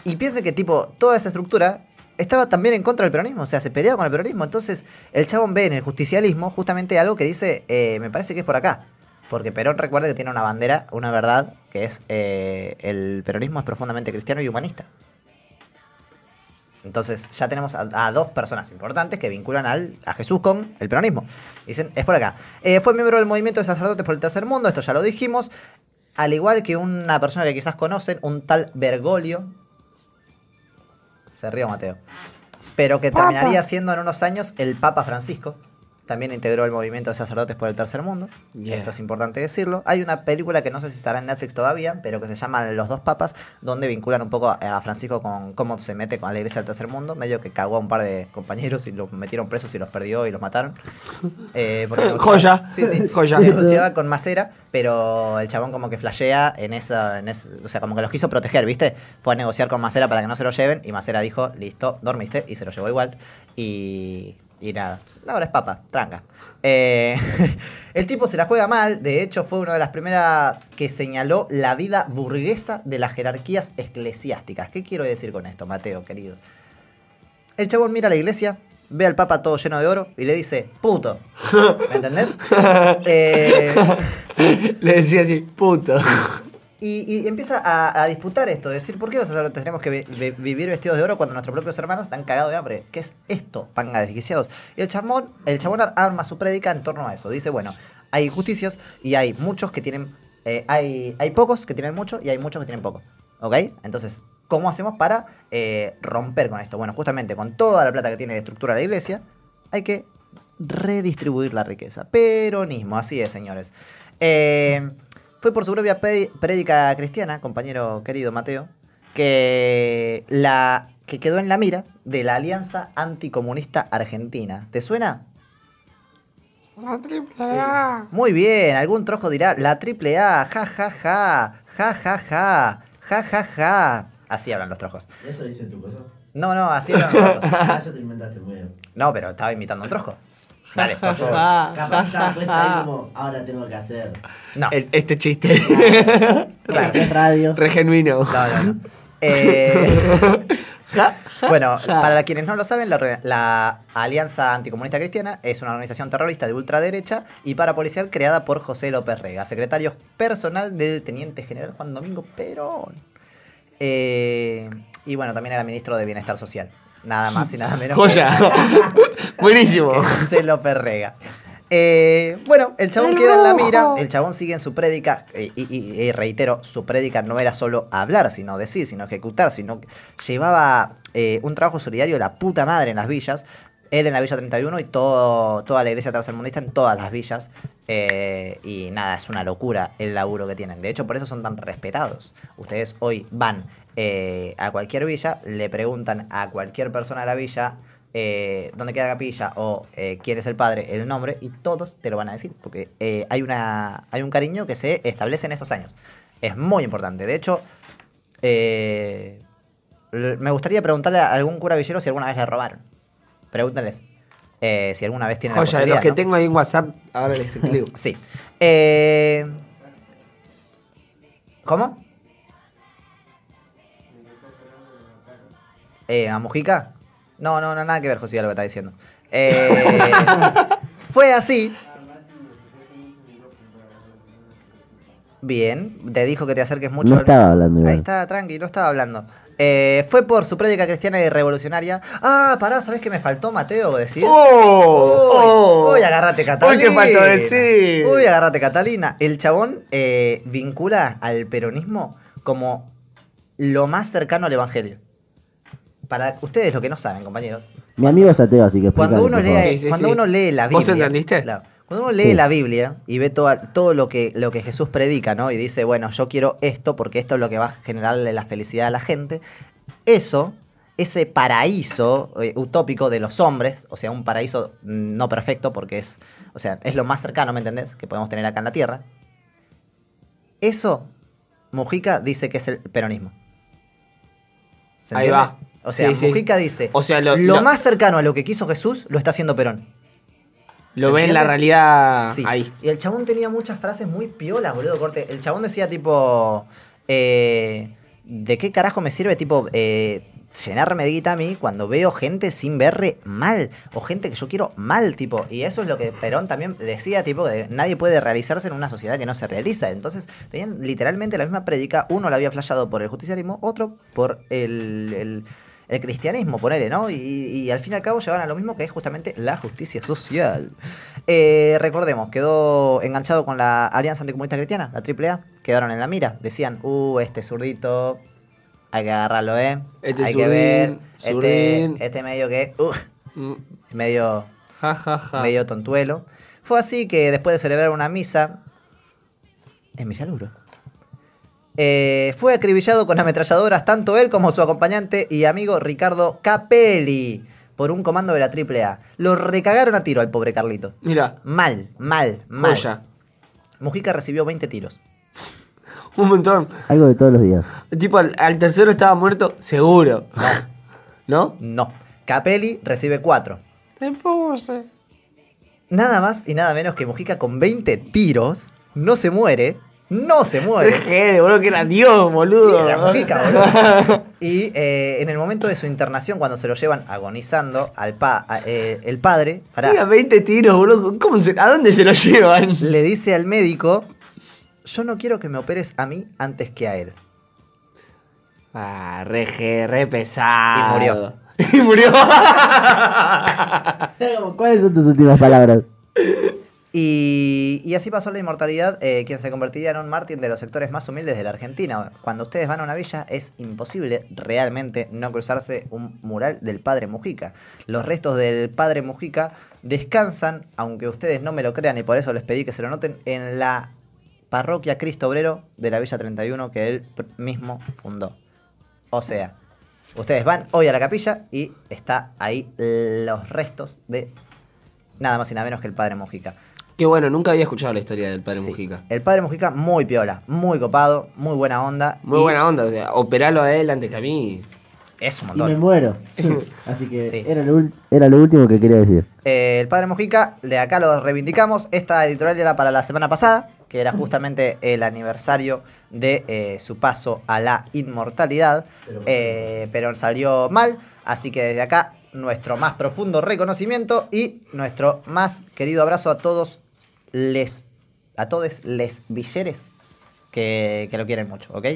y piensa que, tipo, toda esa estructura estaba también en contra del peronismo. O sea, se peleaba con el peronismo. Entonces, el chabón ve en el justicialismo justamente algo que dice, eh, me parece que es por acá. Porque Perón recuerda que tiene una bandera, una verdad, que es eh, el peronismo es profundamente cristiano y humanista. Entonces ya tenemos a, a dos personas importantes que vinculan al, a Jesús con el peronismo. Dicen, es por acá. Eh, fue miembro del movimiento de sacerdotes por el tercer mundo, esto ya lo dijimos. Al igual que una persona que quizás conocen, un tal Bergoglio. Se rió Mateo. Pero que
Papa.
terminaría siendo en unos años el Papa Francisco. También integró el movimiento de sacerdotes por el tercer mundo. Esto es importante decirlo. Hay una película que no sé si estará en Netflix todavía, pero que se llama Los dos papas, donde vinculan un poco a- a Francisco con cómo se mete con la iglesia del tercer mundo. Medio que cagó a un par de compañeros y los metieron presos y los perdió y los mataron. Eh,
[laughs]
porque negociaba-
Joya.
Sí, sí.
[laughs] Joya.
Negociaba con Macera, pero el chabón como que flashea en esa, en ese- O sea, como que los quiso proteger, ¿viste? Fue a negociar con Macera para que no se lo lleven y Macera dijo, listo, dormiste y se lo llevó igual. Y, y nada. Ahora es papa, tranca. Eh, [laughs] el tipo se la juega mal, de hecho fue una de las primeras que señaló la vida burguesa de las jerarquías eclesiásticas. ¿Qué quiero decir con esto, Mateo, querido? El chabón mira a la iglesia, ve al papa todo lleno de oro y le dice, puto. ¿Me entendés? Eh,
Le decía así, puto.
y, y empieza a, a disputar esto, decir, ¿por qué los sacerdotes tenemos que vi- vi- vivir vestidos de oro cuando nuestros propios hermanos están cagados de hambre? ¿Qué es esto, panga desquiciados? Y el chamón, el chabón ar- arma su prédica en torno a eso. Dice, bueno, hay injusticias y hay muchos que tienen, eh, hay, hay pocos que tienen mucho y hay muchos que tienen poco. ¿Ok? Entonces, ¿cómo hacemos para eh, romper con esto? Bueno, justamente con toda la plata que tiene de estructura la iglesia, hay que redistribuir la riqueza. Peronismo, así es, señores. Eh, fue por su propia pe- prédica cristiana, compañero querido Mateo, que, la, que quedó en la mira de la Alianza Anticomunista Argentina. ¿Te suena?
La triple A.
Muy bien, algún trozo dirá la triple A, ja ja ja, ja ja ja, ja ja ja. Así hablan los trojos.
¿Eso dice tu cosa?
No, no, así hablan los trojos.
[laughs] Ah, eso te inventaste, muy bien.
No, pero estaba imitando un trojo. Dale, por favor.
Capaz estaba puesta ahí como, ahora tengo que hacer.
No.
este chiste. [laughs]
Claro.
[laughs]
Es radio. Re genuino.
Eh, [laughs] bueno, para quienes no lo saben, la, re- la Alianza Anticomunista Cristiana es una organización terrorista de ultraderecha y parapolicial creada por José López Rega, secretario personal del Teniente General Juan Domingo Perón. Eh, y bueno, también era ministro de Bienestar Social. Nada más y nada menos. que-
Joya. Buenísimo.
que José López Rega. Eh, bueno, el chabón
El
queda en la mira,
brujo.
el chabón sigue en su prédica, eh, y, y- y reitero, su prédica no era solo hablar, sino decir, sino ejecutar, sino que llevaba eh, un trabajo solidario de la puta madre en las villas, él en la Villa 31 y todo, toda la iglesia tercermundista en todas las villas, eh, y nada, es una locura el laburo que tienen, de hecho por eso son tan respetados. Ustedes hoy van eh, a cualquier villa, le preguntan a cualquier persona de la villa eh, dónde queda la capilla o eh, quién es el padre, el nombre, y todos te lo van a decir, porque eh, hay, una, hay un cariño que se establece en estos años. Es muy importante. De hecho, eh, l- me gustaría preguntarle a algún cura villero si alguna vez le robaron. Pregúntenles eh, si alguna vez tienen la
Joya, de los
posibilidad,
que
¿no?
tengo ahí en WhatsApp, ahora les escribo.
Sí. Eh, ¿Cómo? Eh, ¿A Mujica? No, no, no, nada que ver, José, lo que está diciendo.
[laughs]
Eh, fue así. Bien, te dijo que te acerques mucho.
No
al-
estaba hablando
Ahí
igual.
está, tranqui, no estaba hablando. Eh, fue por su prédica cristiana y revolucionaria. Ah, pará, ¿sabés que me faltó Mateo decir?
¡Oh!
Uy, uy, agarrate, Catalina.
Uy, qué faltó decir.
Uy, agarrate, Catalina. El chabón eh, vincula al peronismo como lo más cercano al evangelio. Para ustedes lo que no saben, compañeros,
Mi amigo es ateo, así que
cuando
explícale,
uno
por favor.
lee, cuando uno lee la Biblia.
¿Vos entendiste?
Claro. Cuando uno lee
Sí.
la Biblia y ve toda- todo lo que, lo que Jesús predica, ¿no? Y dice, bueno, yo quiero esto porque esto es lo que va a generarle la felicidad a la gente. Eso, ese paraíso eh, utópico de los hombres, o sea, un paraíso mm, no perfecto porque es, o sea, es lo más cercano, ¿me entendés? Que podemos tener acá en la Tierra. Eso, Mujica dice que es el peronismo. ¿Se
Ahí
entiende?
va.
O sea,
Sí, sí.
Mujica dice,
O sea, lo-
lo,
lo-
más cercano a lo que quiso Jesús lo está haciendo Perón.
[laughs] Lo
¿Se
ves en la
entiende?
realidad
Sí.
ahí.
Y el chabón tenía muchas frases muy piolas, boludo, corte. El chabón decía tipo, eh, ¿de qué carajo me sirve tipo eh, llenarme de guita a mí cuando veo gente sin verre mal? O gente que yo quiero mal, tipo. Y eso es lo que Perón también decía, tipo, que nadie puede realizarse en una sociedad que no se realiza. Entonces, tenían literalmente la misma prédica. Uno la había flashado por el justicialismo, otro por el- el el cristianismo, ponele, ¿no? Y, y al fin y al cabo llevan a lo mismo que es justamente la justicia social. Eh, recordemos, quedó enganchado con la Alianza Anticomunista Cristiana, la AAA, quedaron en la mira. Decían, uh, este zurdito, hay que agarrarlo, ¿eh?
Este
hay que
zurdín,
ver, este,
zurdín.
este medio que, uh,
Mm,
medio, medio tontuelo. Fue así que después de celebrar una misa en Villaluro, eh, fue acribillado con ametralladoras tanto él como su acompañante y amigo Ricardo Capelli por un comando de la AAA. Lo recagaron a tiro al pobre Carlito.
Mira.
Mal, mal, mal.
Joya.
Mujica recibió 20 tiros.
Un montón.
Algo de todos los días.
El tipo al, al tercero estaba muerto, seguro. ¿No?
[laughs] No. Capelli recibe 4.
Te puse.
Nada más y nada menos que Mujica con 20 tiros no se muere. No se muere.
[laughs] Jeje, boludo, que era Dios, boludo.
Era Mujica, boludo. Y eh, en el momento de su internación, cuando se lo llevan agonizando al pa- a- eh, el padre, pará,
Tenía 20 tiros, boludo. ¿Cómo se- ¿A dónde se lo llevan?
le dice al médico: Yo no quiero que me operes a mí antes que a él.
Ah, re, je- re pesado.
Y murió.
Y murió. [laughs]
¿Cuáles son tus últimas palabras?
Y, y así pasó la inmortalidad, eh, quien se convertiría en un mártir de los sectores más humildes de la Argentina. Cuando ustedes van a una villa es imposible realmente no cruzarse un mural del padre Mujica. Los restos del padre Mujica descansan, aunque ustedes no me lo crean y por eso les pedí que se lo noten, en la parroquia Cristo Obrero de la Villa 31 que él pr- mismo fundó. O sea, ustedes van hoy a la capilla y está ahí los restos de nada más y nada menos que el padre Mujica.
Qué bueno, nunca había escuchado la historia del padre
Sí.
Mujica.
El padre Mujica muy piola, muy copado, muy buena onda.
Muy
y
buena onda, o sea, operalo a él antes que a mí.
Es un
Y me
montón.
[laughs]
muero. Así que
Sí.
era, lo, ul- era lo último que quería decir.
Eh, el padre Mujica, de acá lo reivindicamos. Esta editorial era para la semana pasada, que era justamente el aniversario de eh, su paso a la inmortalidad. Eh, pero salió mal, así que desde acá nuestro más profundo reconocimiento y nuestro más querido abrazo a todos les, a todos les villeres que, que lo quieren mucho, ¿ok?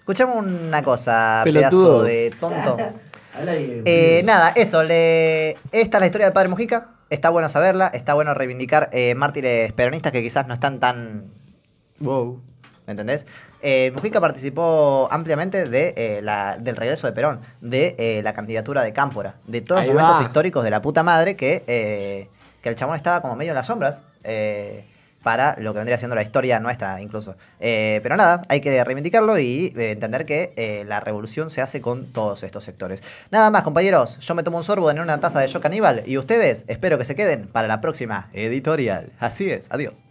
Escuchamos una cosa,
Pelotudo.
pedazo de tonto. Eh, nada, eso. Le... Esta es la historia del padre Mujica. Está bueno saberla. Está bueno reivindicar eh, mártires peronistas que quizás no están tan. Wow. ¿Me entendés? Eh, Mujica participó ampliamente de, eh, la- del regreso de Perón, de eh, la candidatura de Cámpora, de todos
Ahí
los momentos
va.
históricos de la puta madre que, eh, que el chabón estaba como medio en las sombras eh, para lo que vendría siendo la historia nuestra incluso. Eh, pero nada, hay que reivindicarlo y eh, entender que eh, la revolución se hace con todos estos sectores. Nada más, compañeros, yo me tomo un sorbo en una taza de Yo Caníbal y ustedes espero que se queden para la próxima editorial. Así es, adiós.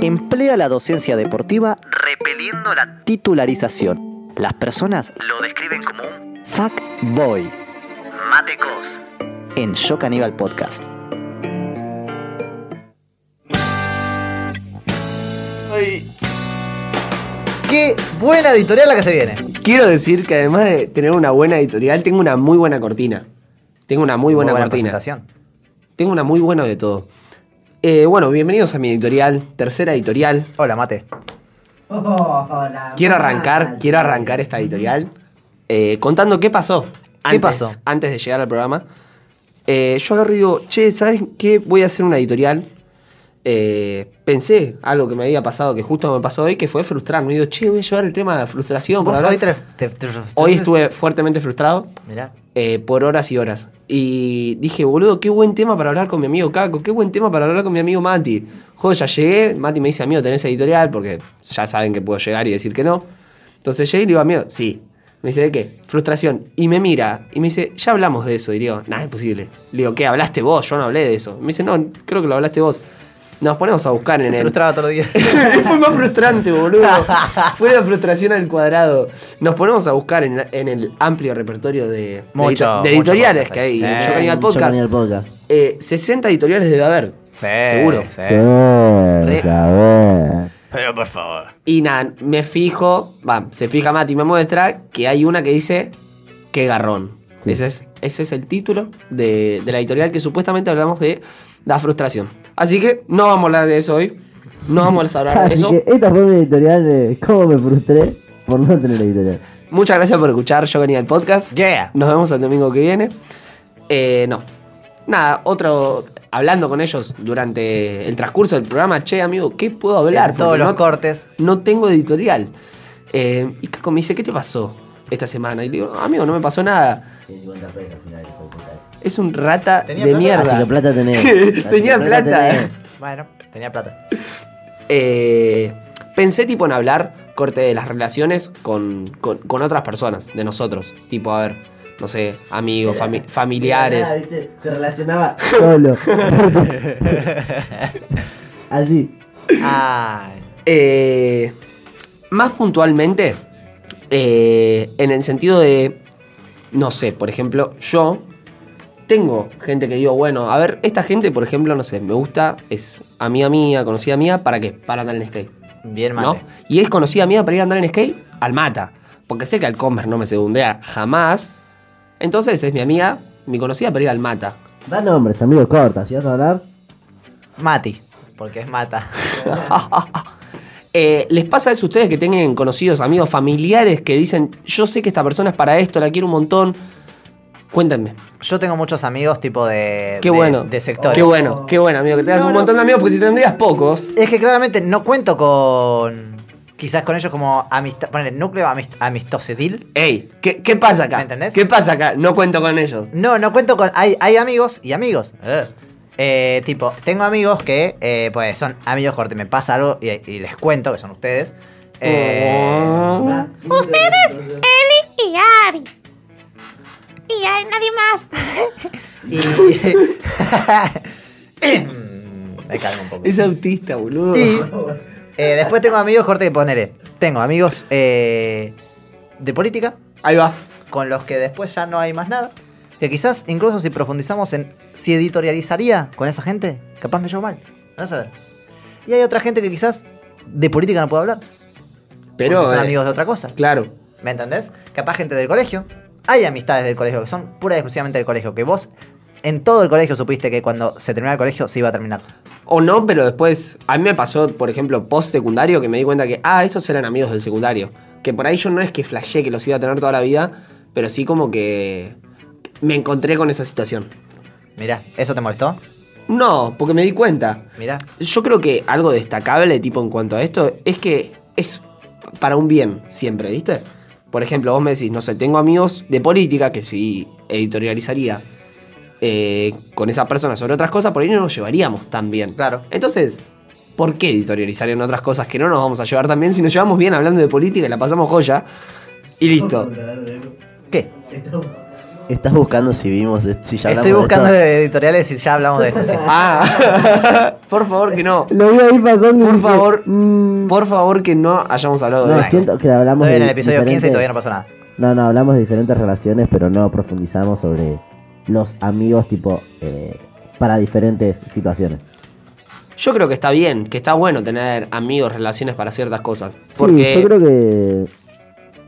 Emplea la docencia deportiva repeliendo la titularización. Las personas
Lo describen como un
boy
matecos.
en Yo Caníbal Podcast.
¡Qué buena editorial la que se viene!
Quiero decir que además de tener una buena editorial, tengo una muy buena cortina. Tengo una muy buena, cortina.
presentación.
Tengo una muy buena de todo. Eh, bueno, bienvenidos a mi editorial, tercera editorial.
Hola, Mate.
Quiero arrancar, quiero arrancar esta editorial eh, contando qué pasó. Antes,
pasó?
Antes de llegar al programa. Eh, yo agarro y digo, che, ¿sabes qué? Voy a hacer una editorial. Eh, pensé algo que me había pasado, que justo me pasó hoy, que fue frustrarme. Y digo, che, voy a llevar el tema de la frustración.
Vos
por acá".
hoy te- te- te-
Hoy estuve fuertemente frustrado
Mirá.
eh, por horas y horas. Y dije, boludo, qué buen tema para hablar con mi amigo Caco, qué buen tema para hablar con mi amigo Mati. Joder, ya llegué, Mati me dice, amigo, tenés editorial, porque ya saben que puedo llegar y decir que no. Entonces llegué y le digo, amigo, sí. Me dice, ¿de qué? Frustración. Y me mira y me dice, ya hablamos de eso. Y le digo, nada, imposible. Le digo, ¿qué? ¿Hablaste vos? Yo no hablé de eso. Me dice, no, creo que lo hablaste vos. Nos ponemos a buscar en
Se
el...
frustraba todos los
[laughs]
días.
Fue más frustrante, boludo. Fue la frustración al cuadrado. Nos ponemos a buscar en, en el amplio repertorio de,
Mucho,
de edito- de
mucho
editoriales
podcast
que
hay.
hay.
Sí.
en Yo Caníbal Podcast.
Yo Caníbal Podcast.
Eh, 60 editoriales debe haber. seguro.
Sí, sabor.
Pero por favor.
Y nada, me fijo, va, se fija Mati y me muestra que hay una que dice Qué garrón. Ese, es, ese es el título de, de la editorial que supuestamente hablamos de la frustración. Así que no
[laughs]
vamos a hablar de eso hoy. No vamos a hablar de
Así
eso.
que esta fue mi editorial de cómo me frustré.
por no tener editorial.
Muchas gracias por escuchar Yo Ganía el Podcast. Yeah. Nos vemos el domingo que viene. Eh, no. Nada, otro. Hablando con ellos durante el transcurso del programa, che, amigo, ¿qué puedo hablar?
En todos los
cortes. No tengo editorial. Eh, y Caco me dice, ¿qué te pasó esta semana? Y le digo, amigo, no me pasó nada.
Tiene 50 pesos al final, hijo de puta.
Es un rata
Tenía
de
plata.
mierda.
Así que plata
[laughs]
tenés.
Tenía
Así que plata
plata.
tenés.
Bueno, tenía plata.
Eh, pensé tipo en hablar corte de las relaciones con, con- con otras personas, de nosotros. Tipo, a ver, no sé, amigos, fami- familiares.
Ah, ¿viste? Se relacionaba solo. Así.
Eh, más puntualmente, eh, en el sentido de, no sé, por ejemplo, yo tengo gente que digo, bueno, a ver, esta gente, por ejemplo, no sé, me gusta, es amiga mía, conocida mía, ¿para qué? Para andar en skate.
Bien,
¿no?
mate.
Y es conocida mía para ir a andar en skate al mata. Porque sé que al Commerce no me segundea jamás. Entonces es mi amiga, mi conocida para ir al mata.
Da nombres, amigos, corta. Si vas a hablar,
Mati, porque es mata.
Eh, ¿Les pasa eso a ustedes que tengan conocidos, amigos, familiares que dicen, yo sé que esta persona es para esto, la quiero un montón? Cuéntenme.
Yo tengo muchos amigos tipo de.
Qué
de-
bueno.
De sectores.
Qué bueno, qué bueno, amigo, que tengas un montón de amigos, porque si tendrías pocos.
Es que claramente no cuento con. Quizás con ellos como amistad. Ponele núcleo amist amistosedil.
Ey, ¿qué, qué pasa acá?
¿Me entendés?
¿Qué pasa acá? No cuento con ellos.
No, no cuento con. Hay, hay amigos y amigos. Eh, tipo, tengo amigos que eh, pues son amigos corte, me pasa algo y, y les cuento que son ustedes.
Oh.
[laughs] Eh,
Ustedes, Eli y Ari. Y hay nadie más.
[laughs] me calmo un poco.
Es autista, boludo. [laughs]
[laughs] Y eh, después tengo amigos, corte que poneré. Tengo amigos eh, de política.
Ahí va.
Con los que después ya no hay más nada. Que quizás, incluso si profundizamos en si editorializaría con esa gente, capaz me llevo mal. Vamos a ver. Y hay otra gente que quizás de política no puedo hablar.
Pero,
porque son
eh,
amigos de otra cosa.
Claro.
¿Me entendés? Capaz gente del colegio. Hay amistades del colegio que son pura y exclusivamente del colegio. Que vos en todo el colegio supiste que cuando se terminaba el colegio se iba a terminar.
O no, pero después, a mí me pasó, por ejemplo, post secundario, que me di cuenta que, ah, estos eran amigos del secundario. Que por ahí yo no es que flashé que los iba a tener toda la vida, pero sí como que me encontré con esa situación.
Mirá, ¿eso te molestó?
No, porque me di cuenta.
Mirá.
Yo creo que algo destacable, tipo, en cuanto a esto, es que es para un bien siempre, ¿viste? Por ejemplo, vos me decís, no sé, tengo amigos de política que si editorializaría eh, con esas personas sobre otras cosas, por ahí no nos llevaríamos tan bien.
Claro.
Entonces, ¿por qué editorializar en otras cosas que no nos vamos a llevar tan bien si nos llevamos bien hablando de política y la pasamos joya? Y listo. ¿Qué?
Estás buscando si vimos,
eh,
de- si ya hablamos
Estoy buscando
de esto?
editoriales y ya hablamos de esto. sí.
Ah, [laughs] por favor que
[laughs]
no.
Lo vi ahí pasando.
Por favor, por favor que no hayamos hablado de
Mm. No,
esto.
siento que hablamos
Estoy en
de
el episodio 15 y
diferentes-
todavía no pasó nada.
No, no, hablamos de diferentes relaciones, pero no profundizamos sobre los amigos, tipo, eh, para diferentes situaciones.
Yo creo que está bien, que está bueno tener amigos, relaciones para ciertas cosas.
Sí,
Porque
yo creo que.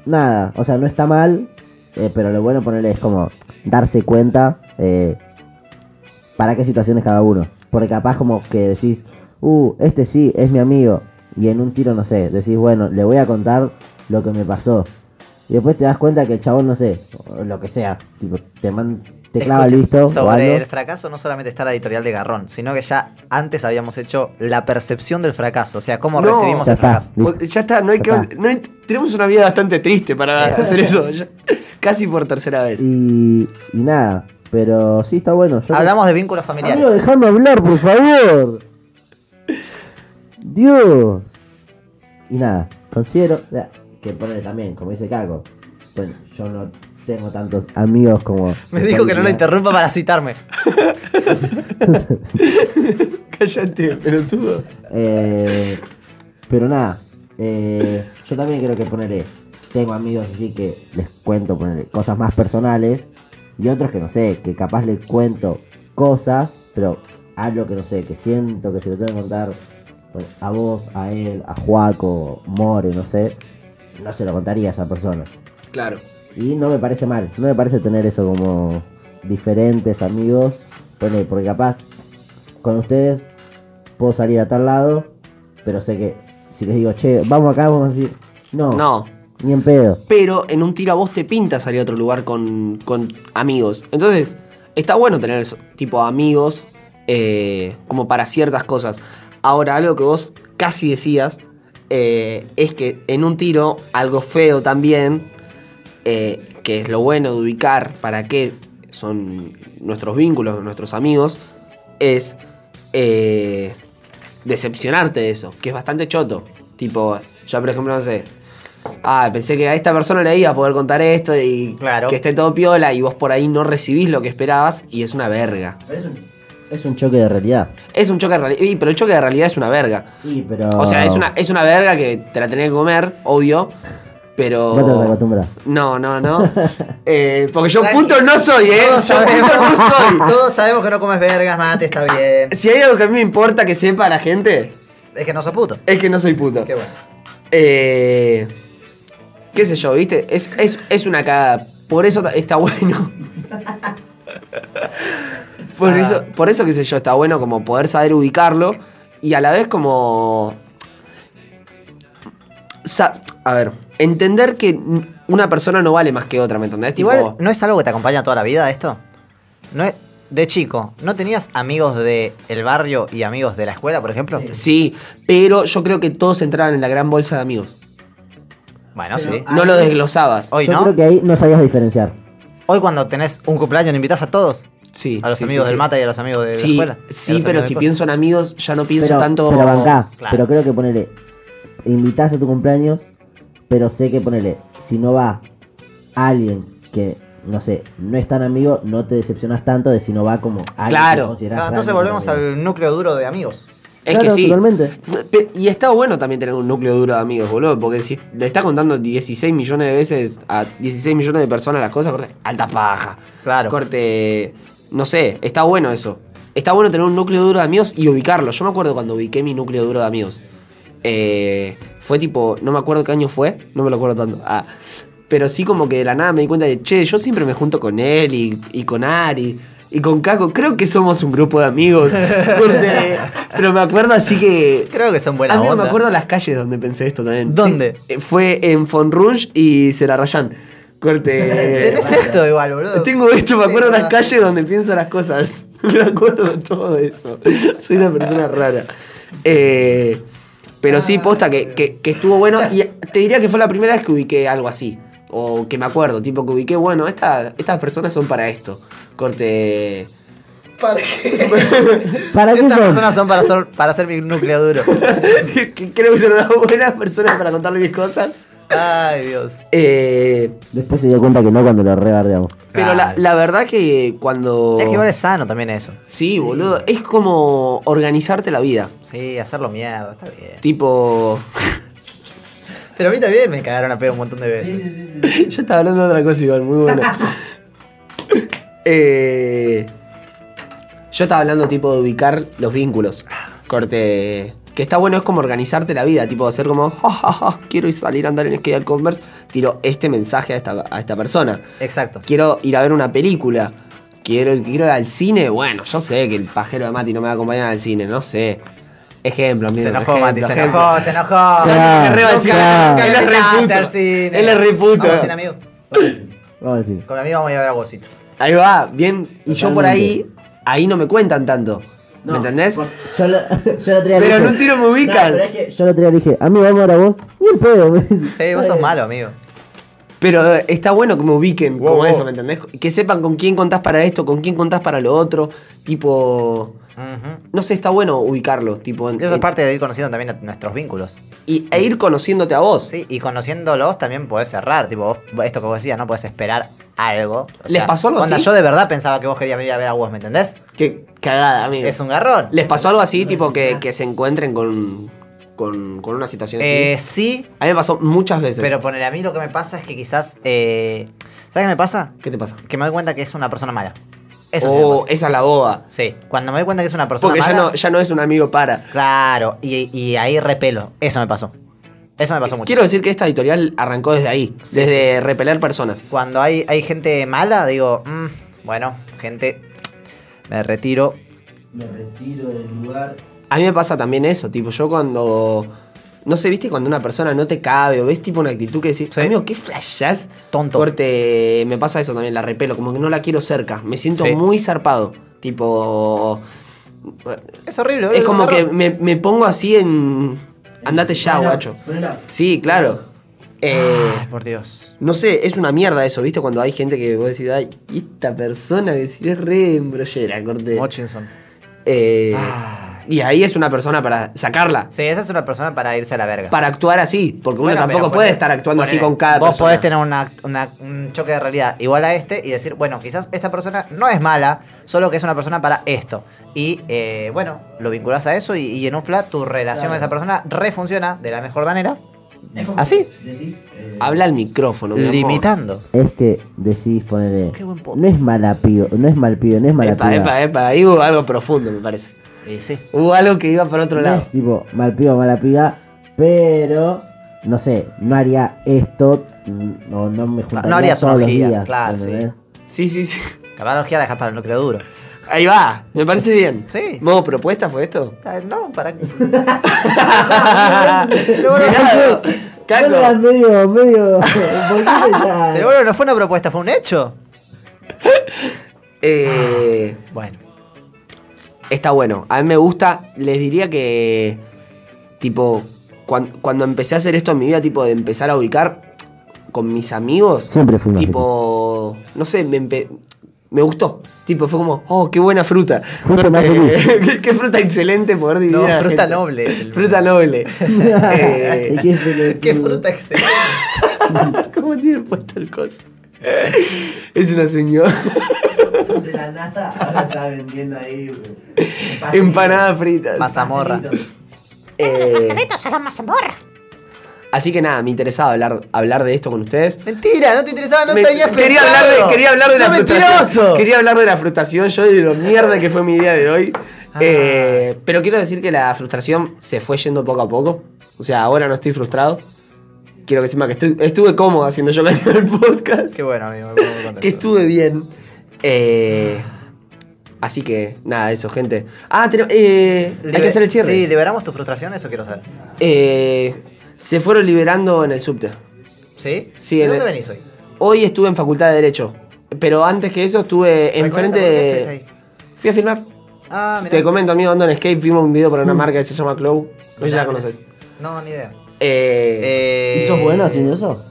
Nada, o sea, no está mal, eh, pero lo bueno ponerle es como darse cuenta eh, para qué situaciones cada uno. Porque capaz, como que decís, uh, este sí es mi amigo, y en un tiro, no sé, decís, bueno, le voy a contar lo que me pasó. Y después te das cuenta que el chabón, no sé, o lo que sea, tipo, te, man- te clava el
Escuchen,
visto o
Sobre
algo.
el fracaso no solamente está la editorial de Garrón, sino que ya antes habíamos hecho la percepción del fracaso, o sea, cómo
No.
recibimos
Ya
el
está,
fracaso.
Vos- ya está, no hay
Ya
que.
está.
no hay- tenemos una vida bastante triste para hacer eso. ya. casi por tercera vez.
Y, y nada, pero sí está bueno. yo-
Hablamos de vínculos familiares.
Amigo, déjame hablar, por favor. Dios. Y nada, considero ya, que pone también, como dice Caco, bueno, yo no tengo tantos amigos como...
Me dijo que no lo interrumpa para citarme.
Cállate, pelotudo.
Eh, pero nada, eh, yo también creo que poneré, tengo amigos así que les cuento ponerle cosas más personales y otros que no sé, que capaz les cuento cosas, pero algo que no sé, que siento que se lo tengo que contar bueno, a vos, a él, a Juaco, More, no sé, no se lo contaría a esa persona.
Claro.
Y no me parece mal, no me parece tener eso como diferentes amigos. ponele, porque capaz con ustedes puedo salir a tal lado, pero sé que si les digo, che, vamos acá, vamos a decir, no.
No.
Ni en pedo.
Pero en un tiro a vos te pinta salir a otro lugar con, con amigos. Entonces, está bueno tener eso, tipo amigos eh, como para ciertas cosas. Ahora, algo que vos casi decías eh, es que en un tiro, algo feo también, eh, que es lo bueno de ubicar para qué son nuestros vínculos, nuestros amigos, es eh, decepcionarte de eso, que es bastante choto. Tipo, yo por ejemplo, no sé, ah, pensé que a esta persona le iba a poder contar esto y que esté todo piola y vos por ahí no recibís lo que esperabas y es una verga.
Es un choque de realidad.
Es un choque de realidad, y, pero el choque de realidad es una verga.
Sí, pero.
O sea, es
Ah.
una, es una verga que te la tenés que comer, obvio. Pero.
Vos te vas a acostumbrar.
No,
[laughs]
no, no. Eh, porque yo punto no soy, ¿eh? Yo punto no soy.
[laughs] Todos sabemos que no comes vergas, mate, está [laughs] bien.
Si hay algo que a mí me importa que sepa la gente,
Es que no sos puto.
es que no soy puto.
Qué bueno.
Eh, qué sé yo, ¿viste? Es, es, es una cagada. Por eso ta- está bueno. [laughs] por, eso, por eso, qué sé yo, está bueno como poder saber ubicarlo y a la vez como... sa- a ver, entender que n- una persona no vale más que otra, ¿me entendés? Tipo,
Igual, ¿no es algo que te acompaña toda la vida esto? ¿No es, de chico, ¿no tenías amigos del barrio y amigos de la escuela, por ejemplo?
Sí, pero yo creo que todos entraban en la gran bolsa de amigos.
Bueno, Ah, sí.
No lo desglosabas.
Hoy
Yo
no.
creo que ahí no sabías diferenciar.
Hoy cuando tenés un cumpleaños, ¿no invitás a todos?
Sí.
A los
sí,
amigos
sí,
del
sí.
mata y a los amigos de
Sí,
la escuela. Ah,
sí, pero si pienso en amigos, ya no pienso
Pero,
tanto.
pero bancá.
Claro.
Pero creo que ponele. Invitás a tu cumpleaños, pero sé que ponele. Si no va alguien que, no sé, no es tan amigo, no te decepcionas tanto de si no va como alguien. que
Claro.
considerás
entonces
realmente
volvemos
amigo.
al núcleo duro de amigos.
Es
Claro,
que sí.
totalmente.
Pe- Y está bueno también tener un núcleo duro de amigos, boludo. Porque si le estás contando 16 millones de veces a 16 millones de personas las cosas, corte, alta paja.
Claro.
Corte. No sé, está bueno eso. Está bueno tener un núcleo duro de amigos y ubicarlo. Yo me acuerdo cuando ubiqué mi núcleo duro de amigos. Eh, fue tipo, no me acuerdo qué año fue, no me lo acuerdo tanto. Ah, pero sí como que de la nada me di cuenta de, che, yo siempre me junto con él y, y con Ari y con Caco. Creo que somos un grupo de
[laughs]
amigos. Corte, pero me acuerdo así que...
Creo que son buenas
Amigo,
onda.
me acuerdo las calles donde pensé esto también.
¿Dónde?
Eh, Fue en Fonrush y Celarrayán. Corte...
[laughs] Tenés esto igual, boludo.
Eh, Tengo esto, me acuerdo
Sí,
las
verdad.
calles donde pienso las cosas. [laughs] Me acuerdo de todo eso. Soy una persona rara. Eh, pero sí, posta, que, que- que estuvo bueno. Y te diría que fue la primera vez que ubiqué algo así. O que me acuerdo, tipo que ubiqué, bueno, esta- estas personas son para esto. [laughs] Corte.
¿Para qué?
¿Para qué
Estas
son?
personas son para, ser, para ser mi núcleo
[laughs]
duro.
que creo que son unas buenas personas para contarle mis cosas.
Ay, Dios.
Eh,
Después se dio cuenta que no cuando lo rebardeamos.
pero la, la verdad que cuando.
Es que igual es sano también eso.
Sí, boludo. Es como organizarte la vida.
Sí, hacerlo mierda, está bien.
Tipo.
Pero a mí también me cagaron a pedo un montón de veces.
Yo estaba hablando de otra cosa igual, muy bueno.
[laughs]
Eh, yo estaba hablando tipo de ubicar los vínculos.
Ah,
Corte. Que está bueno, es como organizarte la vida, tipo hacer como, "Ja, ja, ja, quiero ir a salir a andar en skate al Converse, tiro este mensaje a esta, a esta persona.
Exacto.
Quiero ir a ver una película. Quiero, quiero ir al cine. Bueno, yo sé que el pajero de Mati no me va a acompañar al cine, no sé. Ejemplo,
Se
amigo,
enojó,
ejemplo,
Mati, se
ejemplo.
enojó, se enojó.
Claro,
Me re va al cine.
claro.
Él es re puto. Él es re puto.
Vamos al cine, amigo.
Vamos a decir.
Con mi amigo vamos a ir a ver a Bolsito.
Ahí va, bien. Y yo por ahí,
Totalmente.
ahí no me cuentan tanto. ¿Me entendés?
Yo lo, [laughs] yo lo traía
Pero en un tiro me ubican.
Yo lo traía dije, amigo, vamos ahora vos. Ni el pedo. me dice.
Sí, vos sos malo, amigo.
Pero eh, está bueno que me ubiquen
Wow,
como
wow.
eso, ¿me entendés? Que sepan con quién contás para esto, con quién contás para lo otro. Tipo.
Ujú.
No sé, está bueno ubicarlo. Tipo, en-
Y eso es
en-
parte de ir conociendo también a nuestros vínculos.
y, e ir conociéndote a vos.
Sí, y conociéndolos también podés cerrar. Tipo, vos- esto que vos decías, no podés esperar algo. O
¿Les pasó algo
onda,
así?
yo de verdad pensaba que vos querías venir a ver a vos, ¿me entendés?
Qué cagada, amigo.
Es un garrón.
¿Les pasó algo así, tipo, que, que se encuentren con, con, con una situación así?
Eh, sí,
a mí me pasó muchas veces.
pero poner a mí lo que me pasa es que quizás. eh, ¿Sabes qué me pasa?
¿Qué te pasa?
Que me doy cuenta que es una persona mala. Eso sí me
oh,
pasa.
esa es la boba.
Sí, cuando me doy cuenta que es una persona
Porque ya
mala.
no, ya no es un amigo para.
Claro, y, y ahí repelo. Eso me pasó. Eso me pasó mucho.
Quiero decir que esta editorial arrancó desde ahí,
Sí,
desde
sí, sí.
repeler personas.
Cuando hay, hay gente mala, digo, "Mm, bueno, gente, me retiro.
Me retiro del lugar.
A mí me pasa también eso, tipo, yo cuando No sé, viste cuando una persona no te cabe o ves tipo una actitud que decís, amigo, qué flashás. Tonto. Corte, me pasa eso también, la repelo, como que no la quiero cerca. Me siento
Sí.
muy zarpado. Tipo.
Es horrible,
Es
boludo,
como
horror.
que me, me pongo así en. Andate ya,
Bueno,
guacho.
bueno.
Sí, claro. Eh,
Por Dios.
no sé, es una mierda eso, ¿viste? Cuando hay gente que vos decís, ay, y esta persona que sí es re embrollera, corte.
Hutchinson.
Eh,
Ah.
Y ahí es una persona para sacarla.
Sí, esa es una persona para irse a la verga.
Para actuar así, porque
Bueno,
uno tampoco
pero
puede
ponele-
estar actuando así
ponele,
con cada
Vos
persona.
podés tener una- una- un choque de realidad igual a este y decir, bueno, quizás esta persona no es mala, solo que es una persona para esto. Y eh, bueno, lo vinculás a eso y, y en un flat tu relación
Claro.
con esa persona refunciona de la mejor manera.
¿Así?
Habla al micrófono, mi amor.
Limitando.
Es que decís ponerle. No es mala piba, no es mal pibe, no es mala
Epa,
piba.
epa, epa, ahí hubo algo profundo, me parece.
Sí.
Hubo algo que iba para otro
no
lado.
es tipo mal piba, mala piba, pero no sé, no haría esto mm, o no me juntaría
No harías una
todos los
orgía,
días,
claro, sí.
¿entendés?
Sí, sí, sí.
Capaz la orgía la dejas para el núcleo duro.
Ahí va, me parece bien.
Sí.
¿Modo propuesta fue esto?
Ah, No, [laughs] para Ah.
[laughs]
[laughs]
Claro. Caco.
Vos eras medio, medio. [laughs] un poquito ya.
Pero bueno, no fue una propuesta, fue un hecho.
Eh,
bueno.
Está bueno. A mí me gusta. Les diría que. Tipo. cuan- Cuando, empecé a hacer esto en mi vida, tipo, de empezar a ubicar con mis amigos.
Siempre fui más
Tipo. No sé, me empe- Me gustó. Tipo, fue como, oh, qué buena fruta.
Fruta más
Corte,
feliz.
[laughs] qué, qué fruta excelente poder dividir.
No,
a la
fruta
gente.
noble es el-
Fruta
[laughs]
noble. Eh,
Qué pelotudo.
Qué fruta excelente.
[laughs] ¿Cómo tiene puesto el coso? [laughs] es una señora.
De la nada, ahora está vendiendo ahí. eh,
Empanadas fritas.
Mazamorra.
Eh,
Pastelitos a la mazamorra.
así que nada, me interesaba hablar, hablar de esto con ustedes.
Mentira, no te interesaba, no
Me-
te habías
quería,
pensado.
hablar de, quería hablar de
¡Sos
la
mentiroso!
frustración. Quería hablar de la frustración yo y de lo mierda que fue mi día de hoy.
Ah.
Eh, pero quiero decir que la frustración se fue yendo poco a poco. O sea, ahora no estoy frustrado. Quiero que sepa que estu- estuve cómodo haciendo yo el podcast.
Qué bueno, amigo. me pongo muy contento.
Que estuve bien. Eh, así que nada, eso, gente. Ah, tenemos- eh, hay
Liber-
que hacer el cierre.
Sí, liberamos tu frustración, eso quiero saber.
Eh, se fueron liberando en el subte.
¿Sí?
Sí,
¿De
en
dónde
el-
venís hoy?
Hoy estuve en Facultad de Derecho. Pero antes que eso estuve enfrente
Recuerda, ¿por qué
de...
estuviste ahí?
Fui a filmar.
Ah, mirá.
Te comento, amigo, ando en Escape, vimos un video para una marca que se llama Clow. No sé si
Mirá,
la
mirá.
conoces.
No, ni idea.
Eh,
Eh...
¿Y sos bueno haciendo eso?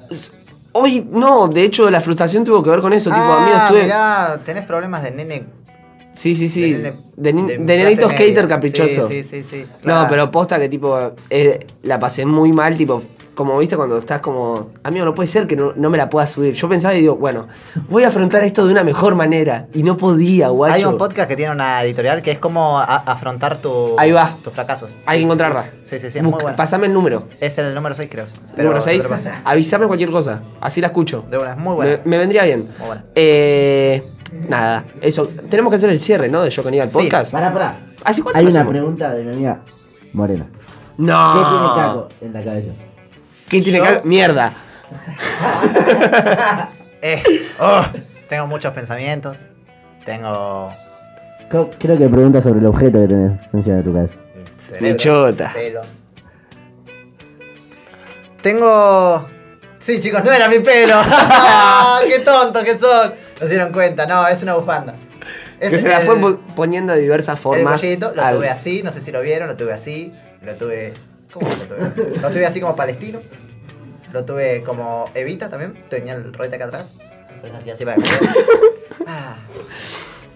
Hoy no, de hecho la frustración tuvo que ver con eso. tipo, amigo,
Ah,
estuve...
mirá, tenés problemas de nene.
Sí, sí, sí.
de nene-
De, nin- de
de clase
nenito
media.
skater caprichoso.
Sí, sí, sí. sí
No,
claro.
pero posta que tipo, eh, la pasé muy mal, tipo, como viste cuando estás como, amigo, no puede ser que no, no me la pueda subir. Yo pensaba y digo, bueno, voy a afrontar esto de una mejor manera. Y no podía, guacho.
Hay un podcast que tiene una editorial que es como a- afrontar tu,
Ahí va.
tus fracasos.
Hay
Sí,
que
sí,
encontrarla.
Sí, sí, sí, es muy
Busca-
bueno.
Pasame el número.
Es el número 6, creo.
número 6.
pero pasa.
Avísame cualquier cosa. Así la escucho.
De una, es muy buena.
Me, me vendría bien.
Muy buena.
Eh, nada, eso. Tenemos que hacer el cierre, ¿no? De Yo Caníbal
Sí.
Podcast.
Pará, pará.
¿Hace cuánto
Hay
lo
una
hacemos?
pregunta de mi amiga Morena.
No.
¿Qué tiene
Ah.
Caco en la cabeza?
¿Qué tiene
Yo-
Caco? Mierda.
Eh, oh, tengo muchos pensamientos. Tengo.
Co- Creo que pregunta sobre el objeto que tenés encima de tu cabeza.
cerebro,
chota.
pelo. Tengo. Sí, chicos, no era mi pelo. [laughs] Ah, ¡Qué tonto que son! No se dieron cuenta, no, es una bufanda. Es
que se la
el-
fue po- poniendo de diversas
el
formas.
cuellito, lo
al-
tuve así, no sé si lo vieron, lo tuve así. Lo tuve. ¿Cómo lo tuve? lo tuve así como palestino. Lo tuve como Evita también. Tenía el rolete acá atrás. Pues así, así para que me vean. Ah.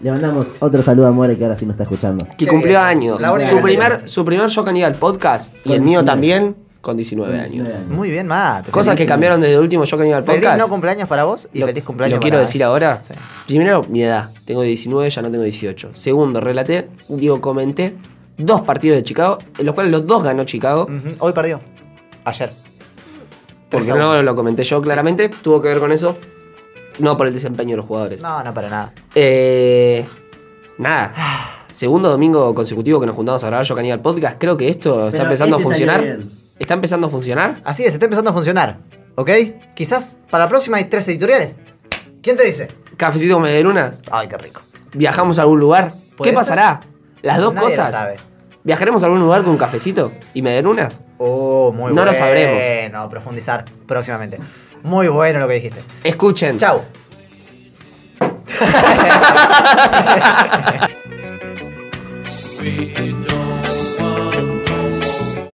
Le mandamos otro saludo a More que ahora sí nos está escuchando.
que
Qué
cumplió
bien.
años.
La única
Su
que se
primer, su primer Yo Caníbal podcast y el
Con
mío
19.
también con 19 años.
Muy bien, Mate.
Cosas que cambiaron desde el último Yo Caníbal
Feliz
podcast.
no cumpleaños para vos y
Lo-
feliz cumpleaños
Lo quiero
para-
decir ahora. Primero, mi edad. Tengo 19, ya no tengo 18. Segundo, relaté, digo, comenté dos partidos de Chicago, en los cuales los dos ganó Chicago.
Ujú, Hoy perdió. Ayer.
Porque
Tres a uno.
no lo comenté yo claramente. Tuvo que ver con eso. No por el desempeño de los jugadores.
No, no para nada.
Eh, nada. Segundo domingo consecutivo que nos juntamos a grabar Yo Caníbal Podcast. Creo que esto está
Pero
empezando
este
a
salió
funcionar.
bien.
Está empezando a funcionar.
Así es, está empezando a funcionar. ¿Ok? Quizás para la próxima hay tres editoriales. ¿Quién te dice?
Cafecito con medialunas.
Ay, qué rico.
Viajamos a algún lugar. ¿Qué
¿Puede ser?
pasará? Las dos
Nadie lo
cosas.
sabe.
¿Viajaremos a algún lugar con un cafecito y medialunas?
Oh, muy
No
bueno.
lo sabremos.
No, profundizar próximamente. Muy bueno lo que dijiste.
Escuchen.
Chau.
We